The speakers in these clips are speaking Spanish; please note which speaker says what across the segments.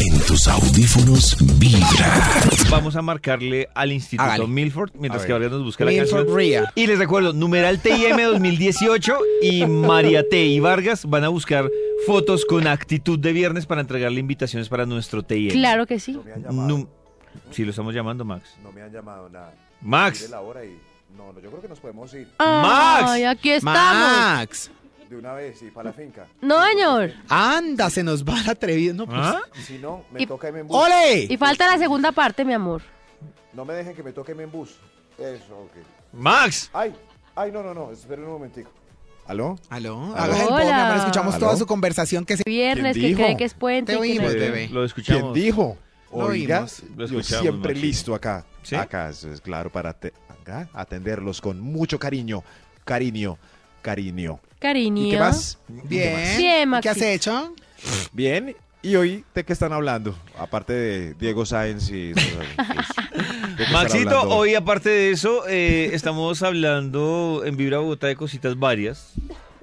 Speaker 1: en tus audífonos vibra.
Speaker 2: Vamos a marcarle al Instituto
Speaker 3: Hágale.
Speaker 2: Milford mientras
Speaker 3: A
Speaker 2: que
Speaker 3: ver.
Speaker 2: Gabriel nos busca la
Speaker 3: Milford
Speaker 2: canción.
Speaker 3: Ria.
Speaker 2: Y les recuerdo, numeral TIM 2018 y María T y Vargas van a buscar fotos con actitud de viernes para entregarle invitaciones para nuestro TIM.
Speaker 4: Claro que sí.
Speaker 5: No me han llamado.
Speaker 2: Num- sí, lo estamos llamando, Max.
Speaker 5: No me han llamado nada.
Speaker 2: Max.
Speaker 5: Mire la hora y. No, no, yo creo que nos podemos ir
Speaker 2: ¡Max!
Speaker 4: Ay, aquí estamos.
Speaker 3: Max,
Speaker 5: de una vez y para la finca.
Speaker 4: No, señor.
Speaker 3: anda, se nos va la atrevida. No, pues.
Speaker 2: ¿Ah?
Speaker 5: Si no, me
Speaker 4: Y-
Speaker 5: toca irme en bus.
Speaker 3: ¡Ole!
Speaker 4: Y falta la segunda parte, mi amor.
Speaker 5: No me dejen que me toque irme en bus. Eso, ok.
Speaker 2: ¡Max!
Speaker 5: Ay, ay, no, no, no. Esperen un momentico. ¿Aló?
Speaker 3: Aló, hagas el
Speaker 4: Hola.
Speaker 3: podcast, mi amor, escuchamos
Speaker 5: Aló.
Speaker 3: toda su conversación que se...
Speaker 4: Viernes, que
Speaker 5: dijo?
Speaker 4: cree que es puente.
Speaker 3: Te
Speaker 4: y que no
Speaker 3: oímos,
Speaker 4: es-
Speaker 2: Eh,
Speaker 3: bebé.
Speaker 2: Lo escuchamos.
Speaker 5: Pues dijo?
Speaker 3: Lo
Speaker 5: Oigas,
Speaker 2: Lo
Speaker 5: yo
Speaker 2: escuchamos,
Speaker 5: siempre
Speaker 2: Maxito.
Speaker 5: listo acá.
Speaker 2: ¿Sí?
Speaker 5: Acá, eso es claro, para te- acá, atenderlos con mucho cariño. Cariño, cariño.
Speaker 4: Cariño.
Speaker 5: ¿Y qué más?
Speaker 3: Bien.
Speaker 4: Bien,
Speaker 3: ¿Qué has
Speaker 4: Maxi.
Speaker 3: hecho?
Speaker 5: Bien. ¿Y hoy de qué están hablando? Aparte de Diego Sáenz y... ¿de qué están
Speaker 2: Maxito,
Speaker 5: hablando
Speaker 2: hoy aparte de eso, eh, estamos hablando en Vibra Bogotá de cositas varias.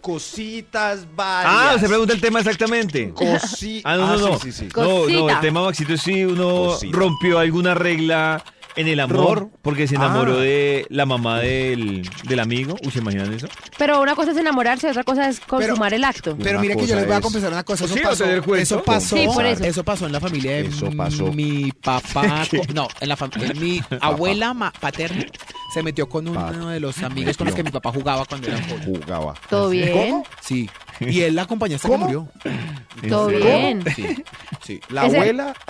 Speaker 5: Cositas varias.
Speaker 2: Ah, se pregunta el tema exactamente.
Speaker 5: Cosi-
Speaker 2: Ah, no, no, no.
Speaker 5: sí, sí, sí.
Speaker 2: No, no, el
Speaker 4: Cosita.
Speaker 2: tema Maxito es si uno
Speaker 5: Cosita.
Speaker 2: rompió alguna regla en el amor
Speaker 5: Rom-
Speaker 2: porque se enamoró
Speaker 5: Ah.
Speaker 2: de la mamá del, del amigo. Uy, ¿se imaginan eso?
Speaker 4: Pero una cosa es enamorarse, otra cosa es consumar el acto.
Speaker 3: Pero
Speaker 5: Una
Speaker 3: mire que yo
Speaker 5: cosa
Speaker 3: les voy a
Speaker 5: es-
Speaker 3: confesar una cosa. Eso
Speaker 2: Sí, o
Speaker 3: pasó,
Speaker 2: tener cuento.
Speaker 3: eso pasó.
Speaker 4: Sí, por eso.
Speaker 3: pasó en la familia de
Speaker 5: Eso pasó.
Speaker 3: mi papá. con- no, en la familia. Mi abuela ma- paterna se metió con
Speaker 5: Pa-
Speaker 3: uno de los amigos con los que mi papá jugaba cuando era joven.
Speaker 5: Jugaba.
Speaker 4: Todo bien.
Speaker 3: Sí. Y él la acompañó hasta
Speaker 5: ¿Cómo?
Speaker 3: que murió.
Speaker 4: Todo
Speaker 2: ¿En serio?
Speaker 4: bien.
Speaker 3: Sí. sí.
Speaker 5: La
Speaker 4: Ese-
Speaker 5: abuela...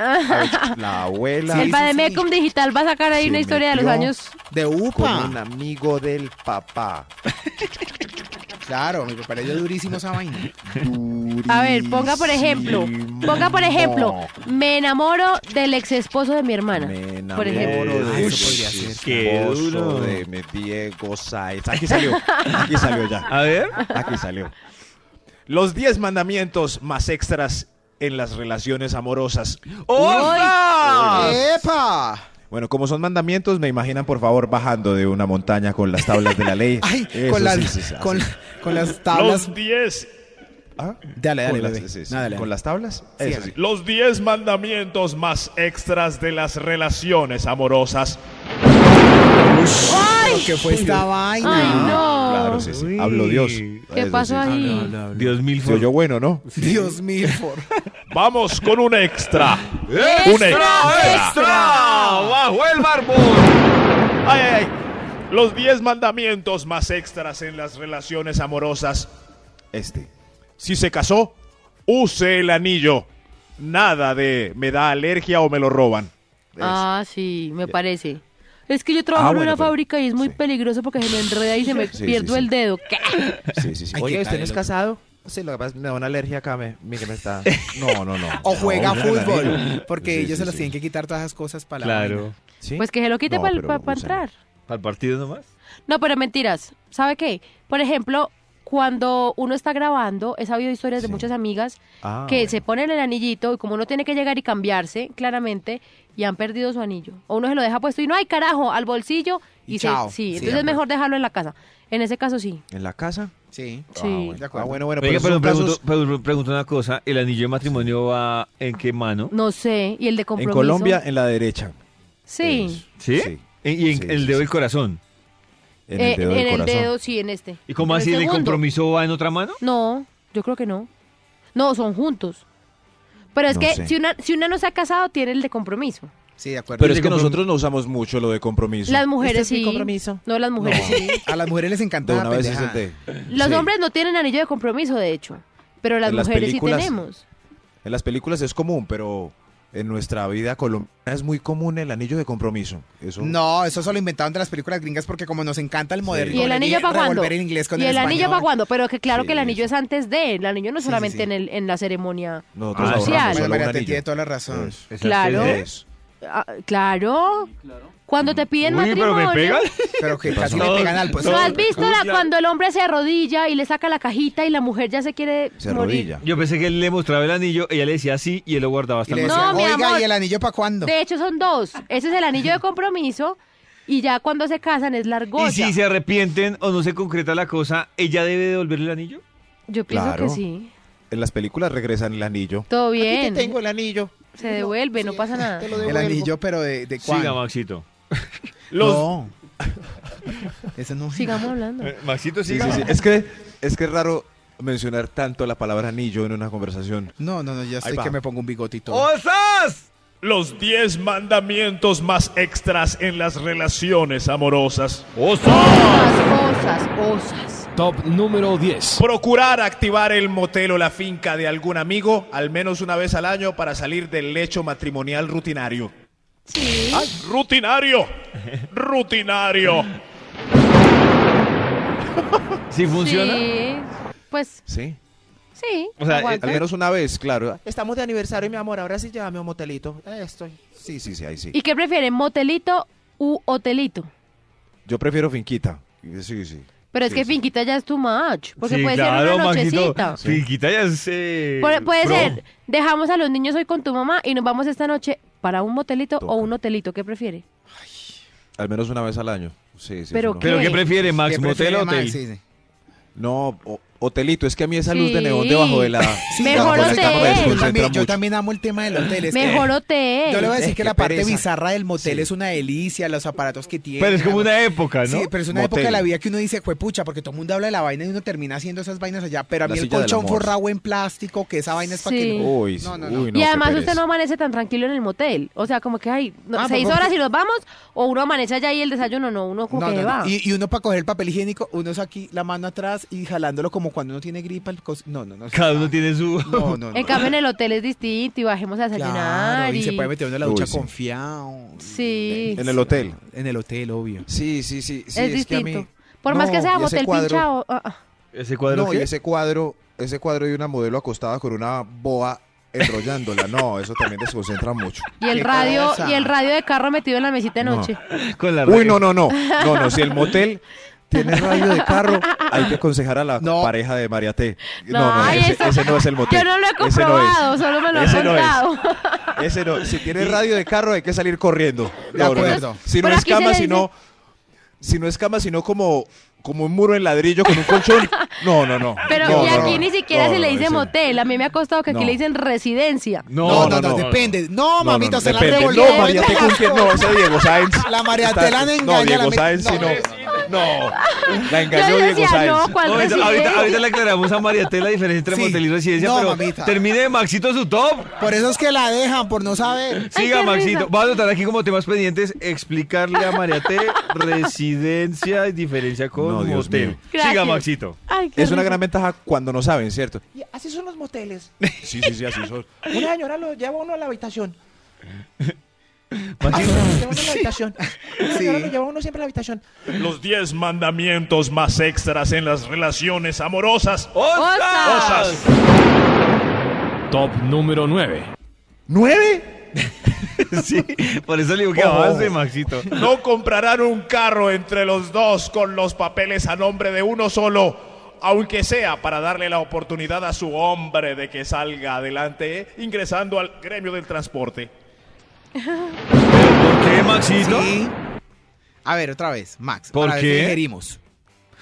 Speaker 5: La abuela...
Speaker 4: El
Speaker 3: Sí, sí,
Speaker 4: Bademecum digital va a sacar ahí
Speaker 5: Se
Speaker 4: una historia de los
Speaker 5: metió.
Speaker 4: años.
Speaker 3: De
Speaker 5: Con
Speaker 3: UPA.
Speaker 5: un amigo del papá.
Speaker 3: Claro, mi papá le dio durísimo esa vaina.
Speaker 4: A ver, ponga por ejemplo, ponga por ejemplo, me enamoro del ex esposo de mi hermana.
Speaker 5: Me enamoro
Speaker 4: por ejemplo.
Speaker 5: de
Speaker 3: Uy,
Speaker 5: su
Speaker 3: podría ser.
Speaker 5: esposo
Speaker 2: Qué duro.
Speaker 5: de mi Diego Saez. Aquí salió, aquí salió ya,
Speaker 2: A ver.
Speaker 4: Ah.
Speaker 5: aquí salió. Los 10 mandamientos más extras en las relaciones amorosas. Oh.
Speaker 3: Ah.
Speaker 2: ¡Opa!
Speaker 3: ¡Epa!
Speaker 5: Bueno, como son mandamientos, me imaginan por favor bajando de una montaña con las tablas de la ley.
Speaker 3: Ay,
Speaker 5: Eso
Speaker 3: con, las,
Speaker 5: sí, sí, sí, así.
Speaker 3: con, con las tablas.
Speaker 6: 10.
Speaker 5: ¿Ah?
Speaker 3: Dale, dale,
Speaker 5: Con las-
Speaker 3: bebé.
Speaker 5: sí, sí,
Speaker 3: Nada, dale.
Speaker 5: ¿Con las tablas?
Speaker 3: Sí,
Speaker 5: Eso
Speaker 3: dale.
Speaker 5: sí.
Speaker 6: Los 10 mandamientos más extras de las relaciones amorosas.
Speaker 3: Lo que fue esta vaina.
Speaker 4: Ay, no.
Speaker 5: Claro, sí, sí.
Speaker 2: Uy.
Speaker 5: Habló Dios.
Speaker 2: ¿Qué
Speaker 4: ¿Qué
Speaker 5: Eso
Speaker 4: pasó
Speaker 5: sí.
Speaker 4: ahí?
Speaker 2: Dios mil
Speaker 5: Se oyó bueno, ¿no?
Speaker 3: Dios mío, por
Speaker 6: Vamos con un extra. Un
Speaker 2: ¡Bajo el barbón!
Speaker 6: Ay, ay, ay. Los 10 mandamientos más extras en las relaciones amorosas.
Speaker 5: Este.
Speaker 6: Si se casó, use el anillo. Nada de me da alergia o me lo roban.
Speaker 4: Ah, sí, me parece. Es que yo trabajo
Speaker 5: Ah,
Speaker 4: en
Speaker 5: bueno,
Speaker 4: una
Speaker 5: pero-
Speaker 4: fábrica y es muy
Speaker 5: sí.
Speaker 4: peligroso porque se me enreda y se me
Speaker 5: Sí, sí,
Speaker 4: pierdo
Speaker 5: sí.
Speaker 4: el dedo. ¿Qué?
Speaker 5: Sí, sí, sí.
Speaker 3: Ay, qué
Speaker 5: Oye, ¿usted
Speaker 3: tal,
Speaker 5: no es
Speaker 3: loco.
Speaker 5: casado? Sí, lo que pasa es que me da una alergia acá, me, mire, me está... No, no, no.
Speaker 3: O juega
Speaker 5: No,
Speaker 3: fútbol. Porque
Speaker 5: Sí,
Speaker 3: ellos
Speaker 5: sí,
Speaker 3: se los
Speaker 5: sí.
Speaker 3: tienen que quitar todas esas cosas para la
Speaker 2: Claro.
Speaker 3: vaina.
Speaker 5: ¿Sí?
Speaker 4: Pues que se lo quite
Speaker 5: No,
Speaker 4: para
Speaker 5: pero usen.
Speaker 4: entrar.
Speaker 2: ¿Para el partido nomás?
Speaker 4: No, pero mentiras. ¿Sabe qué? Por ejemplo, cuando uno está grabando, he sabido historias de
Speaker 5: Sí.
Speaker 4: muchas amigas
Speaker 5: Ah,
Speaker 4: que
Speaker 5: bueno.
Speaker 4: se ponen el anillito y como uno tiene que llegar y cambiarse, claramente, y han perdido su anillo. O uno se lo deja puesto y no hay carajo al bolsillo y,
Speaker 3: Y
Speaker 4: se,
Speaker 3: chao.
Speaker 4: sí,
Speaker 3: Sí,
Speaker 4: entonces
Speaker 3: de
Speaker 4: es mejor dejarlo en la casa. En ese caso sí.
Speaker 5: ¿En la casa?
Speaker 3: Sí.
Speaker 4: Sí.
Speaker 5: Ah, bueno,
Speaker 3: De acuerdo.
Speaker 5: Ah, bueno, bueno,
Speaker 2: Oiga,
Speaker 5: pero
Speaker 2: pero
Speaker 5: son
Speaker 2: pregunto,
Speaker 5: casos-
Speaker 2: pero pregunto una cosa. ¿El anillo de matrimonio va en qué mano?
Speaker 4: No sé, y el de compromiso.
Speaker 5: en Colombia, en la derecha.
Speaker 4: Sí.
Speaker 2: ¿Sí?
Speaker 5: Sí.
Speaker 2: ¿Y en
Speaker 5: Sí,
Speaker 2: el
Speaker 5: sí,
Speaker 2: dedo
Speaker 5: sí.
Speaker 2: del corazón?
Speaker 5: En
Speaker 4: Eh,
Speaker 5: el dedo del corazón.
Speaker 4: sí, en este.
Speaker 2: ¿Y cómo
Speaker 4: En
Speaker 2: así? ¿El,
Speaker 4: segundo.
Speaker 2: compromiso va en otra mano?
Speaker 4: No, yo creo que no. No, son juntos. Pero es
Speaker 5: No
Speaker 4: que
Speaker 5: sé.
Speaker 4: si una si una no se ha casado, tiene el de compromiso.
Speaker 3: Sí, de acuerdo. pues,
Speaker 5: Pero es
Speaker 3: Sí,
Speaker 5: que
Speaker 3: compro-
Speaker 5: nosotros no usamos mucho lo de compromiso.
Speaker 4: Las mujeres
Speaker 3: Este es mi
Speaker 4: sí.
Speaker 3: compromiso.
Speaker 4: No, las mujeres sí.
Speaker 3: A las mujeres les
Speaker 5: De
Speaker 3: encanta
Speaker 5: una
Speaker 2: Ah,
Speaker 3: la
Speaker 5: vez es el
Speaker 3: pendejada.
Speaker 5: de...
Speaker 4: Los
Speaker 5: Sí.
Speaker 4: hombres no tienen anillo de compromiso, de hecho. Pero las
Speaker 5: En las
Speaker 4: mujeres
Speaker 5: películas.
Speaker 4: sí tenemos.
Speaker 5: En las películas es común, pero en nuestra vida colombiana es muy común el anillo de compromiso. Eso...
Speaker 3: No, eso solo inventaron de las películas gringas porque como nos encanta el moderno.
Speaker 4: ¿Y el anillo para cuándo?
Speaker 3: revolver el inglés con
Speaker 4: y el, anillo para
Speaker 3: español.
Speaker 4: cuándo, pero que claro
Speaker 5: Sí,
Speaker 4: que el anillo
Speaker 5: sí.
Speaker 4: es antes de, el anillo no
Speaker 3: Sí, sí,
Speaker 4: solamente
Speaker 3: sí.
Speaker 4: En, el, en la ceremonia.
Speaker 5: Nosotros
Speaker 2: Ah,
Speaker 5: ahorramos
Speaker 4: social.
Speaker 5: solo
Speaker 3: Bueno,
Speaker 5: un
Speaker 3: María, te
Speaker 5: anillo.
Speaker 3: tiene toda la razón.
Speaker 5: Eso.
Speaker 4: Claro.
Speaker 5: Eso.
Speaker 4: Ah, claro. Cuando te piden
Speaker 2: Uy,
Speaker 4: matrimonio.
Speaker 2: pero me pegan.
Speaker 3: Pero que casi
Speaker 5: pasó?
Speaker 3: le pegan al pues.
Speaker 4: ¿No has visto la- cuando el hombre se arrodilla y le saca la cajita y la mujer ya se quiere
Speaker 5: Se
Speaker 4: morir?
Speaker 5: arrodilla.
Speaker 2: Yo pensé que él le mostraba el anillo, ella le decía sí y él lo
Speaker 3: Y
Speaker 2: guardaba hasta
Speaker 3: le
Speaker 2: el
Speaker 4: No,
Speaker 3: decían,
Speaker 4: mi
Speaker 3: oiga,
Speaker 4: amor.
Speaker 3: ¿y el anillo para cuándo?
Speaker 4: De hecho, son dos. Ese es el anillo de compromiso y ya cuando se casan es largo.
Speaker 2: Y si se arrepienten o no se concreta la cosa, ¿ella debe devolverle el anillo?
Speaker 4: Yo pienso
Speaker 5: Claro.
Speaker 4: que sí.
Speaker 5: En las películas regresan el anillo.
Speaker 4: Todo bien.
Speaker 5: el anillo.
Speaker 4: Se devuelve, no pasa nada.
Speaker 7: Te lo
Speaker 3: El
Speaker 7: devuelvo.
Speaker 3: anillo, pero de, de cuál.
Speaker 2: Siga, Maxito.
Speaker 5: Los,
Speaker 3: No. Ese no.
Speaker 4: Sigamos hablando.
Speaker 2: Eh. Maxito,
Speaker 8: Sí, sí, sí. Es que, es que es raro mencionar tanto la palabra anillo en una conversación.
Speaker 3: No, no, no, ya
Speaker 8: Ahí
Speaker 3: sé
Speaker 8: va.
Speaker 3: que me pongo un bigotito.
Speaker 2: ¡Osas!
Speaker 5: los 10 mandamientos más extras en las relaciones amorosas.
Speaker 4: Osas, osas, osas.
Speaker 1: Top número 10.
Speaker 5: Procurar activar el motel o la finca de algún amigo al menos una vez al año para salir del lecho matrimonial rutinario.
Speaker 4: Sí.
Speaker 5: ¡Ay, rutinario! ¡Rutinario!
Speaker 2: ¿Sí funciona?
Speaker 4: Sí. Pues
Speaker 8: Sí.
Speaker 4: sí.
Speaker 2: O sea, eh,
Speaker 4: aguanta.
Speaker 8: Al menos una vez, claro.
Speaker 9: Estamos de aniversario, mi amor. Ahora sí llévame a un motelito. Ahí estoy.
Speaker 8: Sí, sí, sí, ahí sí.
Speaker 4: ¿Y qué prefieren, motelito u hotelito?
Speaker 8: Yo prefiero finquita. Sí, sí.
Speaker 4: Pero es
Speaker 8: Sí,
Speaker 4: que
Speaker 8: sí.
Speaker 4: finquita ya es too much, porque
Speaker 2: Sí,
Speaker 4: puede ser
Speaker 2: claro,
Speaker 4: una
Speaker 2: Maxito.
Speaker 4: nochecita.
Speaker 2: Sí. Finquita ya es. eh,
Speaker 4: Pu- puede
Speaker 2: pro.
Speaker 4: ser, dejamos a los niños hoy con tu mamá y nos vamos esta noche para un motelito
Speaker 8: Toca.
Speaker 4: o un hotelito, ¿qué prefiere?
Speaker 8: Al menos una vez al año. Sí, sí.
Speaker 4: Pero
Speaker 8: eso no.
Speaker 2: ¿Pero
Speaker 4: ¿Qué?
Speaker 2: qué prefiere, Max?
Speaker 3: ¿Qué
Speaker 2: ¿Motel
Speaker 3: prefiere
Speaker 2: o
Speaker 3: Max?
Speaker 2: hotel?
Speaker 3: Sí, sí.
Speaker 8: No, o- hotelito, es que a mí esa luz
Speaker 4: Sí.
Speaker 8: de neón debajo de la.
Speaker 3: Sí,
Speaker 4: Mejor
Speaker 3: no,
Speaker 8: debajo de
Speaker 3: yo
Speaker 8: la
Speaker 4: hotel.
Speaker 8: cama
Speaker 3: también-
Speaker 8: me
Speaker 3: Yo
Speaker 8: desconcentra
Speaker 3: también, yo
Speaker 8: mucho.
Speaker 3: también amo el tema del hotel. es que-
Speaker 4: Mejor
Speaker 3: Yo le voy a
Speaker 4: hotel.
Speaker 3: decir
Speaker 8: Es
Speaker 3: que
Speaker 8: que
Speaker 3: la parte
Speaker 8: pereza.
Speaker 3: bizarra del motel
Speaker 8: Sí.
Speaker 3: es una delicia, los aparatos que tiene.
Speaker 2: Pero es como
Speaker 3: la-
Speaker 2: una época, ¿no?
Speaker 3: Sí, pero es una
Speaker 8: Motel.
Speaker 3: época de la vida que uno dice, juepucha, porque todo el mundo habla de la vaina y uno termina haciendo esas vainas allá. Pero a
Speaker 8: La
Speaker 3: mí el
Speaker 8: silla del
Speaker 3: colchón
Speaker 8: amor.
Speaker 3: forrado en plástico, que esa vaina es para
Speaker 4: Sí.
Speaker 3: que... no-
Speaker 8: Uy,
Speaker 3: No, no, no.
Speaker 8: uy, no.
Speaker 4: y
Speaker 8: qué
Speaker 4: además usted
Speaker 8: pereza.
Speaker 4: no amanece tan tranquilo en el motel, o sea, como que hay
Speaker 3: Ah,
Speaker 4: seis
Speaker 3: porque-
Speaker 4: horas y nos vamos, o uno amanece allá y el desayuno no, uno como
Speaker 3: No, no,
Speaker 4: que
Speaker 3: no.
Speaker 4: va.
Speaker 3: Y, y uno para coger el papel higiénico, uno es aquí la mano atrás y jalándolo como cuando uno tiene gripa. el cos- No, no, no.
Speaker 2: Cada uno tiene su.
Speaker 3: No, no, no.
Speaker 4: En cambio en el hotel es distinto y bajemos a desayunar
Speaker 3: Claro, y
Speaker 4: y...
Speaker 3: se puede meter uno en la
Speaker 8: Uy,
Speaker 3: ducha
Speaker 8: sí.
Speaker 3: confiado.
Speaker 4: Sí.
Speaker 8: En el hotel.
Speaker 3: En el hotel, obvio.
Speaker 8: Sí, sí, sí. sí,
Speaker 4: es,
Speaker 8: que a mí-
Speaker 4: distinto. Por más que
Speaker 8: No,
Speaker 4: sea
Speaker 8: y ese
Speaker 4: motel
Speaker 8: cuadro-
Speaker 4: pinchado. ah, ah.
Speaker 2: ¿Ese cuadro
Speaker 8: No, y
Speaker 2: qué?
Speaker 8: ese cuadro, ese cuadro de una modelo acostada con una boa enrollándola. No, eso también desconcentra mucho.
Speaker 4: Y el
Speaker 3: Qué
Speaker 4: radio,
Speaker 3: cosa.
Speaker 4: y el radio de carro metido en la mesita de
Speaker 8: No.
Speaker 4: noche.
Speaker 2: Con la
Speaker 8: Uy, no, no, no. No, no, si el motel tiene radio de carro, hay que aconsejar a la
Speaker 3: No.
Speaker 8: pareja de María T. No,
Speaker 4: No,
Speaker 8: no,
Speaker 4: ay,
Speaker 8: ese,
Speaker 4: eso-
Speaker 8: ese no es el motel.
Speaker 4: Yo no lo he
Speaker 8: Ese no es.
Speaker 4: comprobado, solo me lo he
Speaker 8: Ese no es.
Speaker 4: contado.
Speaker 8: Ese no, si tiene radio de carro hay que salir corriendo.
Speaker 3: De
Speaker 8: No, no, no.
Speaker 3: acuerdo.
Speaker 8: Si no
Speaker 4: Pero
Speaker 8: es
Speaker 4: aquí se le
Speaker 8: cama,
Speaker 4: dice-
Speaker 8: sino si no es cama, sino como como un muro en ladrillo con un colchón. No, no, no.
Speaker 4: Pero
Speaker 8: No,
Speaker 4: y
Speaker 8: no,
Speaker 4: aquí
Speaker 8: no.
Speaker 4: ni siquiera
Speaker 8: No,
Speaker 4: se
Speaker 8: no,
Speaker 4: le
Speaker 8: no,
Speaker 4: dice
Speaker 8: ese no.
Speaker 4: motel. A mí me ha costado que aquí
Speaker 8: No.
Speaker 4: le dicen residencia.
Speaker 3: No, no, no, depende. No,
Speaker 8: No,
Speaker 3: mamita,
Speaker 8: no,
Speaker 3: se la
Speaker 8: depende.
Speaker 3: revolvió.
Speaker 8: No, María T. con quién? No, ese Diego Sáenz.
Speaker 3: La María
Speaker 8: Está-
Speaker 3: T la han
Speaker 8: No,
Speaker 3: engañado, la
Speaker 8: Diego
Speaker 3: met-
Speaker 8: Sáenz, sí,
Speaker 3: no.
Speaker 8: no. No. La engañó
Speaker 4: Yo
Speaker 8: Diego
Speaker 4: decía,
Speaker 8: Sáenz.
Speaker 4: no, ¿cuál
Speaker 2: Ahorita,
Speaker 4: residencia?
Speaker 2: ahorita- ahorita le aclaramos a Mariate la diferencia entre
Speaker 3: Sí.
Speaker 2: motel y residencia,
Speaker 3: No,
Speaker 2: pero
Speaker 3: mamita.
Speaker 2: termine Maxito su top.
Speaker 3: Por eso es que la dejan, por no saber.
Speaker 4: Ay,
Speaker 2: Siga,
Speaker 4: qué
Speaker 2: Maxito.
Speaker 4: risa.
Speaker 2: Vamos a anotar aquí como temas pendientes explicarle a Mariate residencia y diferencia con
Speaker 8: No, Dios
Speaker 2: motel.
Speaker 8: mío.
Speaker 2: Siga,
Speaker 4: Gracias.
Speaker 2: Maxito.
Speaker 4: Ay, qué
Speaker 8: Es una
Speaker 4: risa.
Speaker 8: gran ventaja cuando no saben, ¿cierto?
Speaker 9: Y así son los moteles.
Speaker 8: Sí, sí, sí, así son.
Speaker 9: Una señora lo lleva uno a la habitación.
Speaker 2: Maxito.
Speaker 9: Lo lleva uno a la habitación. Una señora
Speaker 3: Sí.
Speaker 9: lo lleva uno siempre a la habitación.
Speaker 5: Los 10 mandamientos más extras en las relaciones amorosas.
Speaker 4: ¡Osas!
Speaker 1: Top número 9.
Speaker 8: ¿Nueve?
Speaker 2: Sí, por eso le digo que
Speaker 8: Oh.
Speaker 2: avance, Maxito.
Speaker 5: No comprarán un carro entre los dos con los papeles a nombre de uno solo, aunque sea para darle la oportunidad a su hombre de que salga adelante eh, ingresando al gremio del transporte.
Speaker 2: ¿Por qué, Maxito?
Speaker 3: Sí. A ver, otra vez, Max.
Speaker 2: ¿Por
Speaker 3: para ver
Speaker 2: qué?
Speaker 3: si digerimos.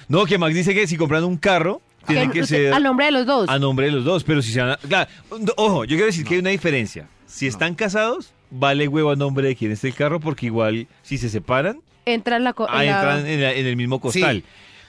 Speaker 2: No, que Max dice que si compran un carro, tiene que
Speaker 4: usted-
Speaker 2: ser Ah,
Speaker 4: Al nombre de los dos.
Speaker 2: a nombre de los dos. Pero si se van a- claro, no, ojo, yo quiero decir que hay una diferencia. Si están casados, vale huevo a nombre de quién es el carro, porque igual si se separan,
Speaker 4: Entra en la. co- en
Speaker 2: ah,
Speaker 4: la-
Speaker 2: entran en, la- en el mismo costal.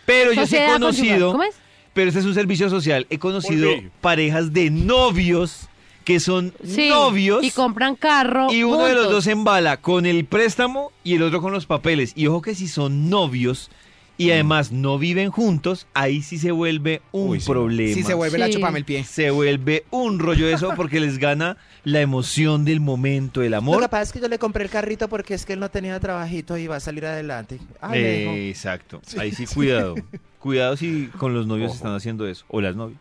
Speaker 2: Pero yo sí he
Speaker 4: sociedad conyugal.
Speaker 2: conocido,
Speaker 4: ¿Cómo es?
Speaker 2: pero este es un servicio social, he conocido
Speaker 5: Ok.
Speaker 2: parejas de novios que son
Speaker 4: Sí.
Speaker 2: novios
Speaker 4: Y compran carro.
Speaker 2: y uno de los
Speaker 4: juntos.
Speaker 2: dos embala con el préstamo y el otro con los papeles. Y ojo que si son novios
Speaker 4: Mm.
Speaker 2: y además no viven juntos, ahí sí se vuelve un
Speaker 8: Uy, sí.
Speaker 2: problema.
Speaker 3: Si se vuelve la
Speaker 4: Sí.
Speaker 3: chupame el pie.
Speaker 2: Se vuelve un rollo eso porque les gana la emoción del momento, el
Speaker 9: Lo
Speaker 2: amor.
Speaker 9: que pasa es que yo le compré el carrito porque es que él no tenía trabajito y va a salir adelante. Ay, me dijo,
Speaker 2: Eh, exacto. Ahí sí, cuidado. Cuidado si con los novios están haciendo eso. O las novias.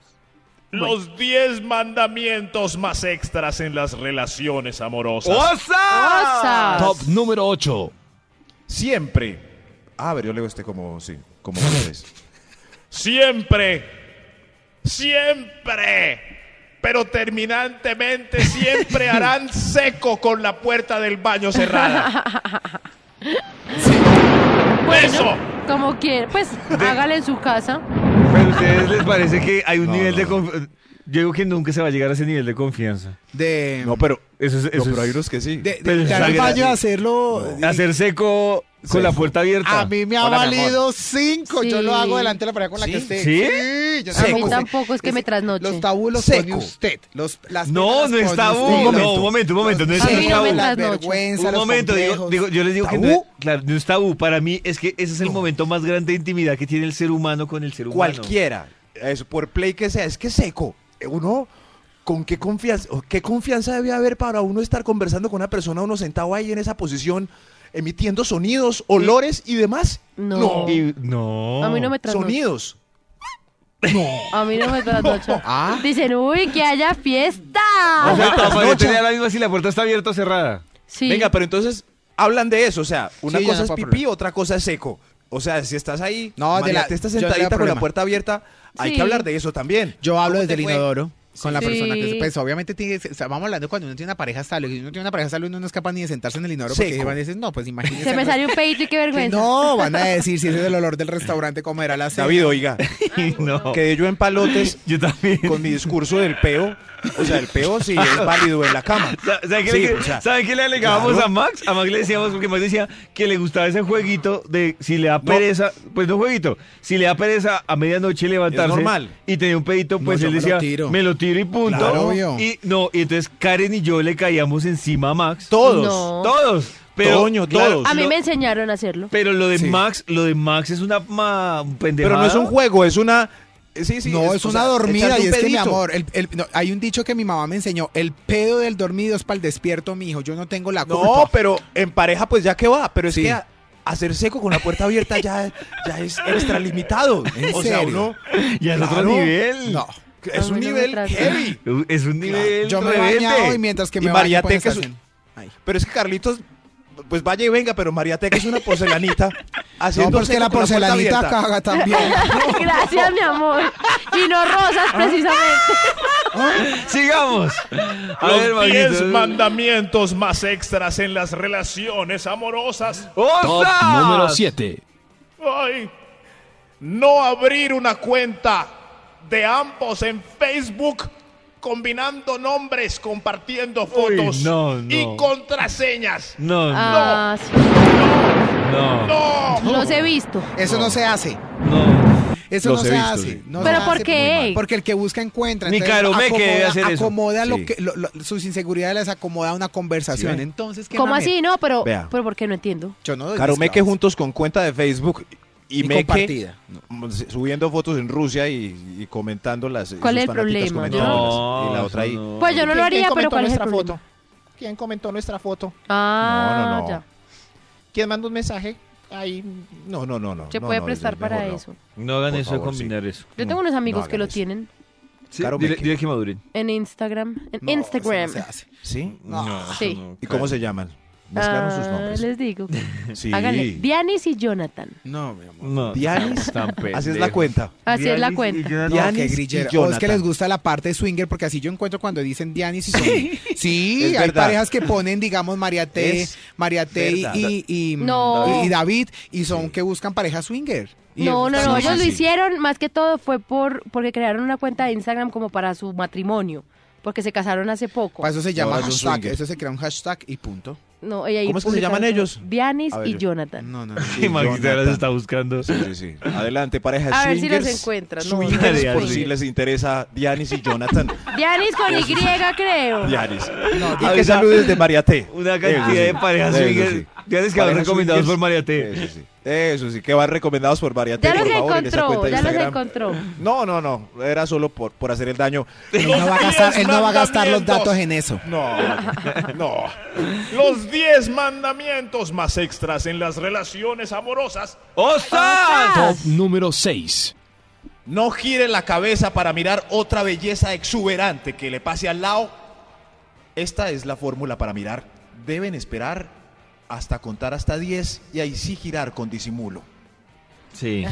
Speaker 5: Los 10 mandamientos más extras en las relaciones amorosas.
Speaker 4: Osas.
Speaker 1: Top número 8.
Speaker 5: Siempre,
Speaker 8: Ah, pero yo leo este como, sí, como tres.
Speaker 5: siempre, siempre, pero terminantemente siempre harán seco con la puerta del baño cerrada.
Speaker 4: Bueno,
Speaker 5: Eso.
Speaker 4: Como quiera. Pues hágale en su casa.
Speaker 2: Pero a ustedes les parece que hay un
Speaker 8: No,
Speaker 2: nivel
Speaker 8: no,
Speaker 2: de
Speaker 8: no.
Speaker 2: conf- Yo digo que nunca se va a llegar a ese nivel de confianza.
Speaker 3: De,
Speaker 10: No, pero,
Speaker 2: Eso es.
Speaker 10: no,
Speaker 2: Eso
Speaker 10: pero hay
Speaker 2: es-
Speaker 10: unos que sí.
Speaker 3: de, de
Speaker 2: pero
Speaker 3: entrar
Speaker 2: es
Speaker 3: al
Speaker 2: sagrado.
Speaker 3: baño a hacerlo. y-
Speaker 2: Hacer seco con la puerta abierta.
Speaker 3: A mí me ha
Speaker 8: Hola, mi amor.
Speaker 3: valido cinco. Yo lo hago
Speaker 4: Sí.
Speaker 3: delante de la pareja con la
Speaker 8: ¿Sí?
Speaker 3: que esté.
Speaker 2: ¿Sí?
Speaker 3: yo
Speaker 4: A mí
Speaker 3: tampoco sé.
Speaker 4: tampoco es que me trasnoche.
Speaker 3: Los tabús los
Speaker 8: Seco.
Speaker 3: pone usted. Los, las
Speaker 2: No,
Speaker 3: penas
Speaker 2: no
Speaker 3: las
Speaker 2: es
Speaker 3: pone
Speaker 2: tabú.
Speaker 3: usted.
Speaker 2: No, un momento, un momento. No es
Speaker 4: A mí
Speaker 2: no es
Speaker 4: no
Speaker 2: tabú.
Speaker 4: me la-
Speaker 3: Las
Speaker 4: trasnocho.
Speaker 3: vergüenzas,
Speaker 2: Un
Speaker 3: los
Speaker 2: momento, digo,
Speaker 3: complejos.
Speaker 2: digo, yo les digo que no,
Speaker 3: ¿Tabú?
Speaker 2: claro, no es tabú. Para mí es que ese es el momento más grande de intimidad que tiene el ser humano con el ser humano.
Speaker 8: Cualquiera. Eso, por play que sea. Es que seco. Eh, Uno, ¿con qué confianza, o qué confianza debe haber para uno estar conversando con una persona, uno sentado ahí en esa posición, emitiendo sonidos, olores y demás?
Speaker 4: No.
Speaker 2: Y- no.
Speaker 4: A mí no me trasnocha.
Speaker 8: Sonidos.
Speaker 4: A mí no me trasnocha.
Speaker 11: Ah.
Speaker 4: Dicen, uy, que haya fiesta.
Speaker 2: O sea, para yo tenía la misma si la puerta está abierta o cerrada.
Speaker 4: Sí.
Speaker 8: Venga, pero entonces hablan de eso. O sea, una
Speaker 3: Sí, ya
Speaker 8: cosa
Speaker 3: no
Speaker 8: es
Speaker 3: puedo
Speaker 8: pipí,
Speaker 3: problema.
Speaker 8: otra cosa es seco. O sea, si estás ahí,
Speaker 3: No, de
Speaker 8: María,
Speaker 3: la-
Speaker 8: te estás
Speaker 3: yo no le da
Speaker 8: sentadita con la
Speaker 3: problema.
Speaker 8: puerta abierta, hay
Speaker 4: Sí.
Speaker 8: que hablar de eso también.
Speaker 3: Yo hablo
Speaker 8: ¿Cómo
Speaker 3: desde
Speaker 8: te
Speaker 3: el
Speaker 8: fue?
Speaker 3: inodoro con la
Speaker 4: Sí.
Speaker 3: persona que pues obviamente tiene, o sea, vamos hablando cuando uno tiene una pareja estable, si uno tiene una pareja estable uno no es capaz ni de sentarse en el inodoro porque
Speaker 8: Seco.
Speaker 3: van a decir, no, pues imagínese.
Speaker 4: Se me salió un peito y qué
Speaker 3: Que
Speaker 4: vergüenza.
Speaker 3: No, van a decir si ese es el olor del restaurante como era la cena.
Speaker 8: David, oiga,
Speaker 4: Ah,
Speaker 2: no.
Speaker 8: quedé yo en palotes
Speaker 2: Yo también.
Speaker 8: con mi discurso del peo. O sea, el peo sí es válido en la cama.
Speaker 2: Sa- ¿Saben qué,
Speaker 8: Sí,
Speaker 2: le,
Speaker 8: o sea,
Speaker 2: saben qué le alegábamos
Speaker 8: claro.
Speaker 2: a Max? A Max le decíamos, porque Max decía que le gustaba ese jueguito de si le da pereza, pues no jueguito, si le da pereza a medianoche levantarse
Speaker 8: normal.
Speaker 2: y tenía un pedito, pues
Speaker 3: yo
Speaker 2: él
Speaker 3: me lo
Speaker 2: decía,
Speaker 3: tiro.
Speaker 2: me lo tiro y punto.
Speaker 3: Claro, obvio.
Speaker 2: Y no, y entonces Karen y yo le caíamos encima a Max.
Speaker 8: Todos.
Speaker 4: No.
Speaker 2: Todos. Pero,
Speaker 8: Toño, todos.
Speaker 4: A mí
Speaker 2: lo-
Speaker 4: me enseñaron a hacerlo.
Speaker 2: Pero lo de Max, lo de Max es una ma, pendejada.
Speaker 8: Pero no es un juego, es una. Sí, sí,
Speaker 3: no, es,
Speaker 8: o
Speaker 3: una
Speaker 8: sea,
Speaker 3: dormida y
Speaker 8: echarse un
Speaker 3: es que mi
Speaker 8: pedito.
Speaker 3: amor, el- el- no, hay un dicho que mi mamá me enseñó, el pedo del dormido es para el despierto, mi hijo, yo no tengo la culpa.
Speaker 8: No, pero en pareja, pues ya que va. Pero es
Speaker 3: Sí.
Speaker 8: que a- hacer seco con la puerta abierta ya, ya es extralimitado.
Speaker 3: ¿En
Speaker 8: o sea,
Speaker 3: serio?
Speaker 8: uno.
Speaker 2: Ya es otro
Speaker 8: Claro.
Speaker 2: nivel.
Speaker 3: No.
Speaker 8: Es
Speaker 4: A mí no
Speaker 8: un
Speaker 4: me
Speaker 8: nivel
Speaker 4: trata.
Speaker 8: heavy.
Speaker 2: Es un nivel
Speaker 3: Yo me he
Speaker 2: rebelde.
Speaker 3: bañado y mientras que
Speaker 8: Y
Speaker 3: me
Speaker 8: María
Speaker 3: baño pueden
Speaker 8: Teca
Speaker 3: estar
Speaker 8: es un-
Speaker 3: haciendo- Ay.
Speaker 8: Pero es que Carlitos, pues vaya y venga, pero María Teca es una porcelanita.
Speaker 3: No,
Speaker 8: haciendo
Speaker 3: pero es que
Speaker 8: seco
Speaker 3: la
Speaker 8: con puerta
Speaker 3: porcelanita
Speaker 8: abierta.
Speaker 3: caga también.
Speaker 4: Gracias, mi amor. Y no rosas,
Speaker 8: Ah.
Speaker 4: precisamente.
Speaker 2: Sigamos. A ver,
Speaker 5: Los 10
Speaker 2: Maxito.
Speaker 5: mandamientos más extras en las relaciones amorosas.
Speaker 12: Top
Speaker 2: ¡Ostras!
Speaker 12: número 7.
Speaker 5: Ay, no abrir una cuenta de ambos en Facebook combinando nombres, compartiendo fotos
Speaker 2: no, no.
Speaker 5: y contraseñas.
Speaker 2: No, no,
Speaker 4: Ah, sí.
Speaker 2: no,
Speaker 5: No.
Speaker 4: Los he visto.
Speaker 3: Eso no se hace.
Speaker 2: no.
Speaker 3: Eso
Speaker 10: Los
Speaker 3: no
Speaker 10: he
Speaker 3: se
Speaker 10: visto,
Speaker 3: hace.
Speaker 10: sí.
Speaker 3: no se
Speaker 4: ¿Pero
Speaker 3: hace
Speaker 4: por qué?
Speaker 3: mal. Porque el que busca encuentra.
Speaker 2: Ni
Speaker 3: Entonces,
Speaker 2: Caromé que debe
Speaker 3: acomoda-
Speaker 2: hacer eso.
Speaker 3: Acomoda lo
Speaker 10: Sí.
Speaker 3: que, lo- lo- sus inseguridades las acomoda a una conversación. Entonces, ¿qué
Speaker 4: ¿Cómo
Speaker 3: mames?
Speaker 4: así? No, pero,
Speaker 8: Vea.
Speaker 4: pero ¿por qué no entiendo?
Speaker 3: Yo no doy
Speaker 8: Caromeque
Speaker 3: mezclados.
Speaker 8: juntos con cuenta de Facebook y,
Speaker 3: Pues, Y
Speaker 8: Meque
Speaker 3: compartida.
Speaker 8: subiendo fotos en Rusia y, y comentándolas.
Speaker 4: ¿Cuál
Speaker 8: sus
Speaker 4: es el
Speaker 8: fanáticas
Speaker 4: problema?
Speaker 8: comentándolas. y la
Speaker 2: eso
Speaker 8: otra ahí.
Speaker 2: no.
Speaker 4: Pues yo no lo haría, pero ¿cuál es el
Speaker 9: nuestra
Speaker 4: problema?
Speaker 9: foto? ¿Quién comentó nuestra foto?
Speaker 4: Ah,
Speaker 8: No, no, no.
Speaker 4: ya.
Speaker 9: ¿Quién mandó un mensaje? Ahí
Speaker 8: No, no, no, no.
Speaker 4: Se
Speaker 8: no,
Speaker 4: puede
Speaker 8: no,
Speaker 4: prestar
Speaker 8: mejor
Speaker 4: para
Speaker 8: no.
Speaker 4: eso.
Speaker 2: No hagan
Speaker 8: Por
Speaker 2: eso
Speaker 8: favor,
Speaker 2: de combinar eso.
Speaker 4: Yo tengo unos amigos que
Speaker 8: hagan
Speaker 4: lo
Speaker 8: eso.
Speaker 4: tienen
Speaker 2: Sí,
Speaker 8: Claro,
Speaker 2: dile,
Speaker 8: Meque.
Speaker 2: dile que maduren.
Speaker 4: en Instagram. En
Speaker 3: No, eso no
Speaker 4: Instagram.
Speaker 3: se hace.
Speaker 8: ¿Sí?
Speaker 4: sí.
Speaker 8: ¿Y cómo se llaman? Mezclaron sus
Speaker 4: Ah,
Speaker 8: nombres.
Speaker 4: Les digo.
Speaker 8: Sí.
Speaker 4: Háganle. Dianis y Jonathan.
Speaker 3: No, mi amor.
Speaker 2: No.
Speaker 8: Dianis.
Speaker 2: Tan pendejo.
Speaker 8: Así es la cuenta.
Speaker 4: Así es la
Speaker 2: Dianis y
Speaker 4: cuenta.
Speaker 2: Jonathan.
Speaker 3: No,
Speaker 8: Dianis
Speaker 3: qué
Speaker 8: y
Speaker 3: grillera. O es
Speaker 8: Jonathan.
Speaker 3: que les gusta la parte de swinger, porque así yo encuentro cuando dicen Dianis y swinger. Sí,
Speaker 8: Es
Speaker 3: hay
Speaker 8: verdad.
Speaker 3: parejas que ponen, digamos, María T,
Speaker 8: Es
Speaker 3: María T
Speaker 8: verdad.
Speaker 3: y, y- mm,
Speaker 4: No.
Speaker 3: y David, y son que buscan pareja swinger. Y
Speaker 4: No, no,
Speaker 3: están
Speaker 4: no,
Speaker 3: así.
Speaker 4: ellos lo
Speaker 8: sí.
Speaker 4: hicieron más que todo fue por porque crearon una cuenta de Instagram como para su matrimonio, porque se casaron hace poco.
Speaker 3: Para eso se llama
Speaker 8: Ahora es un
Speaker 3: hashtag.
Speaker 8: swinger.
Speaker 3: Eso se crea un hashtag y punto.
Speaker 4: No, y ahí
Speaker 8: ¿Cómo es que se
Speaker 4: publicaron
Speaker 8: llaman
Speaker 4: todo.
Speaker 8: ellos?
Speaker 4: Dianis
Speaker 8: A ver,
Speaker 4: y
Speaker 8: yo-
Speaker 4: Jonathan.
Speaker 3: No, no,
Speaker 8: Sí,
Speaker 2: Y Maxito ahora se
Speaker 8: Jonathan.
Speaker 2: está buscando.
Speaker 8: Sí, sí, sí. Adelante, pareja
Speaker 4: A ver si
Speaker 8: swingers.
Speaker 4: los encuentran. No,
Speaker 8: swingers,
Speaker 4: no los
Speaker 8: por
Speaker 4: swingers.
Speaker 8: si les interesa Dianis y Jonathan.
Speaker 4: Dianis con Y, creo.
Speaker 8: Dianis.
Speaker 3: no.
Speaker 8: y que saludes de María T.
Speaker 2: Una cantidad de parejas
Speaker 8: Eso
Speaker 2: swingers.
Speaker 8: sí.
Speaker 2: Tienes que haber
Speaker 8: Parejas
Speaker 2: recomendados
Speaker 8: swingers.
Speaker 2: por María T.
Speaker 8: Eso sí. Eso sí, que van recomendados por María T.
Speaker 4: Ya los
Speaker 8: por favor, en esa cuenta
Speaker 4: encontró,
Speaker 8: de
Speaker 4: ya los
Speaker 8: Instagram.
Speaker 4: encontró.
Speaker 8: No, no, no. Era solo por, por hacer el daño.
Speaker 3: Él no va a gastar, él no va a gastar los datos en eso.
Speaker 5: No, no. Los 10 mandamientos más extras en las relaciones amorosas.
Speaker 2: ¡Ostras!
Speaker 12: Top número 6.
Speaker 5: No gire la cabeza para mirar otra belleza exuberante que le pase al lado.
Speaker 8: Esta es la fórmula para mirar. Deben esperar hasta contar hasta 10 y ahí sí girar con disimulo.
Speaker 2: Sí.
Speaker 5: Hoy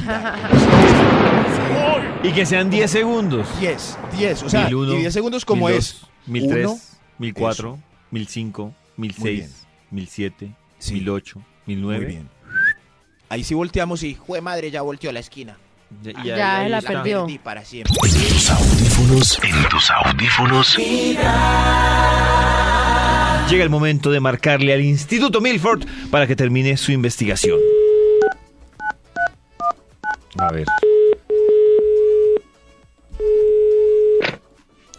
Speaker 2: Y que sean 10 segundos.
Speaker 8: 10, 10. O sea,
Speaker 2: Mil uno,
Speaker 8: y 10 segundos como
Speaker 2: mil
Speaker 8: es.
Speaker 2: dos, Mil
Speaker 8: Uno,
Speaker 2: tres, mil cuatro, mil cinco, mil
Speaker 8: Muy bien.
Speaker 2: seis, mil siete,
Speaker 8: Sí.
Speaker 2: mil ocho, mil
Speaker 8: Muy
Speaker 2: nueve.
Speaker 8: bien. Ahí sí volteamos y
Speaker 9: fue madre, ya volteó a la esquina.
Speaker 2: Ya,
Speaker 4: Ah, Ya
Speaker 2: ahí
Speaker 4: la
Speaker 2: está.
Speaker 4: perdió.
Speaker 13: para siempre.
Speaker 2: Llega el momento de marcarle al Instituto Milford para que termine su investigación. A ver.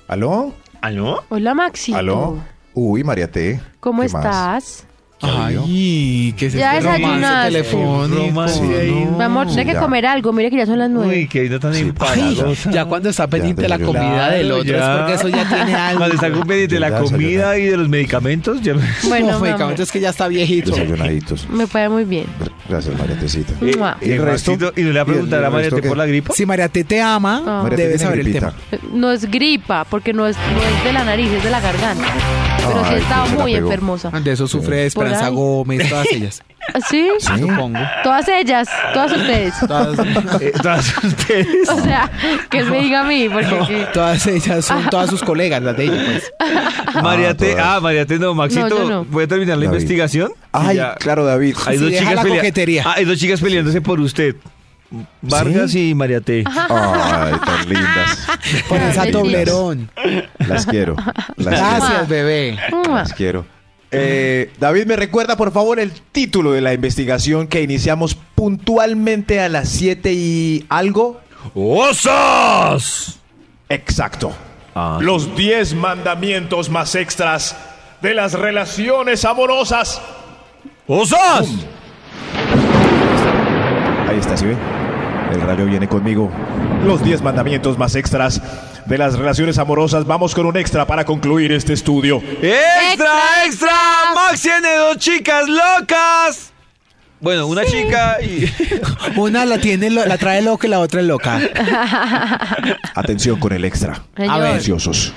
Speaker 8: ¿Aló?
Speaker 2: ¿Aló?
Speaker 4: Hola, Maxi.
Speaker 8: ¿Aló? Uy, María T.
Speaker 4: ¿Cómo
Speaker 8: ¿qué más?
Speaker 4: estás?
Speaker 3: Ay, que se
Speaker 4: Ya
Speaker 3: esté romance
Speaker 4: desayunaste.
Speaker 3: telefónico,
Speaker 2: Romance ahí.
Speaker 3: no.
Speaker 4: Mi amor,
Speaker 8: Sí,
Speaker 4: tiene que
Speaker 8: ya.
Speaker 4: comer algo. Mire que ya son las nueve.
Speaker 2: Uy, que no tan empalagosa.
Speaker 7: Ya cuando está pendiente la
Speaker 8: desayunaste.
Speaker 7: comida del
Speaker 2: Claro,
Speaker 7: otro,
Speaker 2: ya.
Speaker 7: es porque eso ya tiene algo.
Speaker 2: Cuando está con pendiente de
Speaker 8: Ya
Speaker 2: la
Speaker 8: desayunaste.
Speaker 2: comida y de los medicamentos, ya me-
Speaker 4: Bueno,
Speaker 3: Los
Speaker 4: mi amor,
Speaker 3: medicamentos que ya está viejito.
Speaker 8: Desayunaditos.
Speaker 4: me puede muy bien.
Speaker 8: Gr- Gracias, María Tecita.
Speaker 4: Eh, Mua.
Speaker 8: ¿Y el resto?
Speaker 2: Maxito, y le va a
Speaker 8: ¿Y el
Speaker 2: preguntar a María
Speaker 8: resto
Speaker 2: T
Speaker 8: qué?
Speaker 2: por la gripa.
Speaker 3: Si María T te ama,
Speaker 4: Ah.
Speaker 8: María T
Speaker 3: debe
Speaker 8: tiene
Speaker 3: saber el
Speaker 8: gripita.
Speaker 3: tema.
Speaker 4: No es gripa, porque no es, no es de la nariz, es de la garganta. Pero sí
Speaker 8: Ay,
Speaker 4: estaba
Speaker 8: se la
Speaker 4: muy
Speaker 8: pegó.
Speaker 4: enfermosa.
Speaker 3: De eso sufre
Speaker 4: Ah. Por
Speaker 3: Esperanza
Speaker 4: ahí.
Speaker 3: Gómez, todas ellas.
Speaker 4: ¿Sí?
Speaker 2: Ah,
Speaker 3: Supongo.
Speaker 4: Todas ellas, todas ustedes.
Speaker 3: Todas,
Speaker 2: Eh, todas ustedes.
Speaker 4: O sea, que me diga a mí, porque que-
Speaker 3: todas ellas son todas sus colegas, las de ella. pues.
Speaker 2: María T.
Speaker 8: todas.
Speaker 2: Ah, María T. No, Maxito,
Speaker 4: No, yo no.
Speaker 2: voy a terminar la
Speaker 8: David.
Speaker 2: investigación. y
Speaker 8: Ay,
Speaker 2: ya.
Speaker 8: claro, David.
Speaker 2: Hay
Speaker 3: Sí,
Speaker 2: dos
Speaker 3: deja
Speaker 2: chicas
Speaker 3: la
Speaker 2: pelea-
Speaker 3: coquetería.
Speaker 2: Ah, hay dos chicas peleándose por usted. Vargas y María T.
Speaker 8: Ay, tan lindas.
Speaker 3: Por esa
Speaker 4: Ay,
Speaker 3: toblerón.
Speaker 8: Las quiero. Las quiero.
Speaker 3: Gracias, bebé.
Speaker 4: ¡Mua!
Speaker 8: Las quiero. Eh, David, me recuerda por favor el título de la investigación que iniciamos puntualmente a las 7 y algo.
Speaker 2: ¡Osos!
Speaker 5: Exacto. Los 10 mandamientos más extras de las relaciones amorosas.
Speaker 2: ¡Osos!
Speaker 8: Ahí está, ¿sí ven? El rayo viene conmigo.
Speaker 5: Los 10 mandamientos más extras de las relaciones amorosas. Vamos con un extra para concluir este estudio.
Speaker 2: ¡Extra, extra! ¡Max tiene dos chicas locas! Bueno, una chica y.
Speaker 3: Una la tiene, lo- la trae loca y la otra es loca.
Speaker 8: Atención con el extra.
Speaker 4: Señor.
Speaker 8: Ansiosos.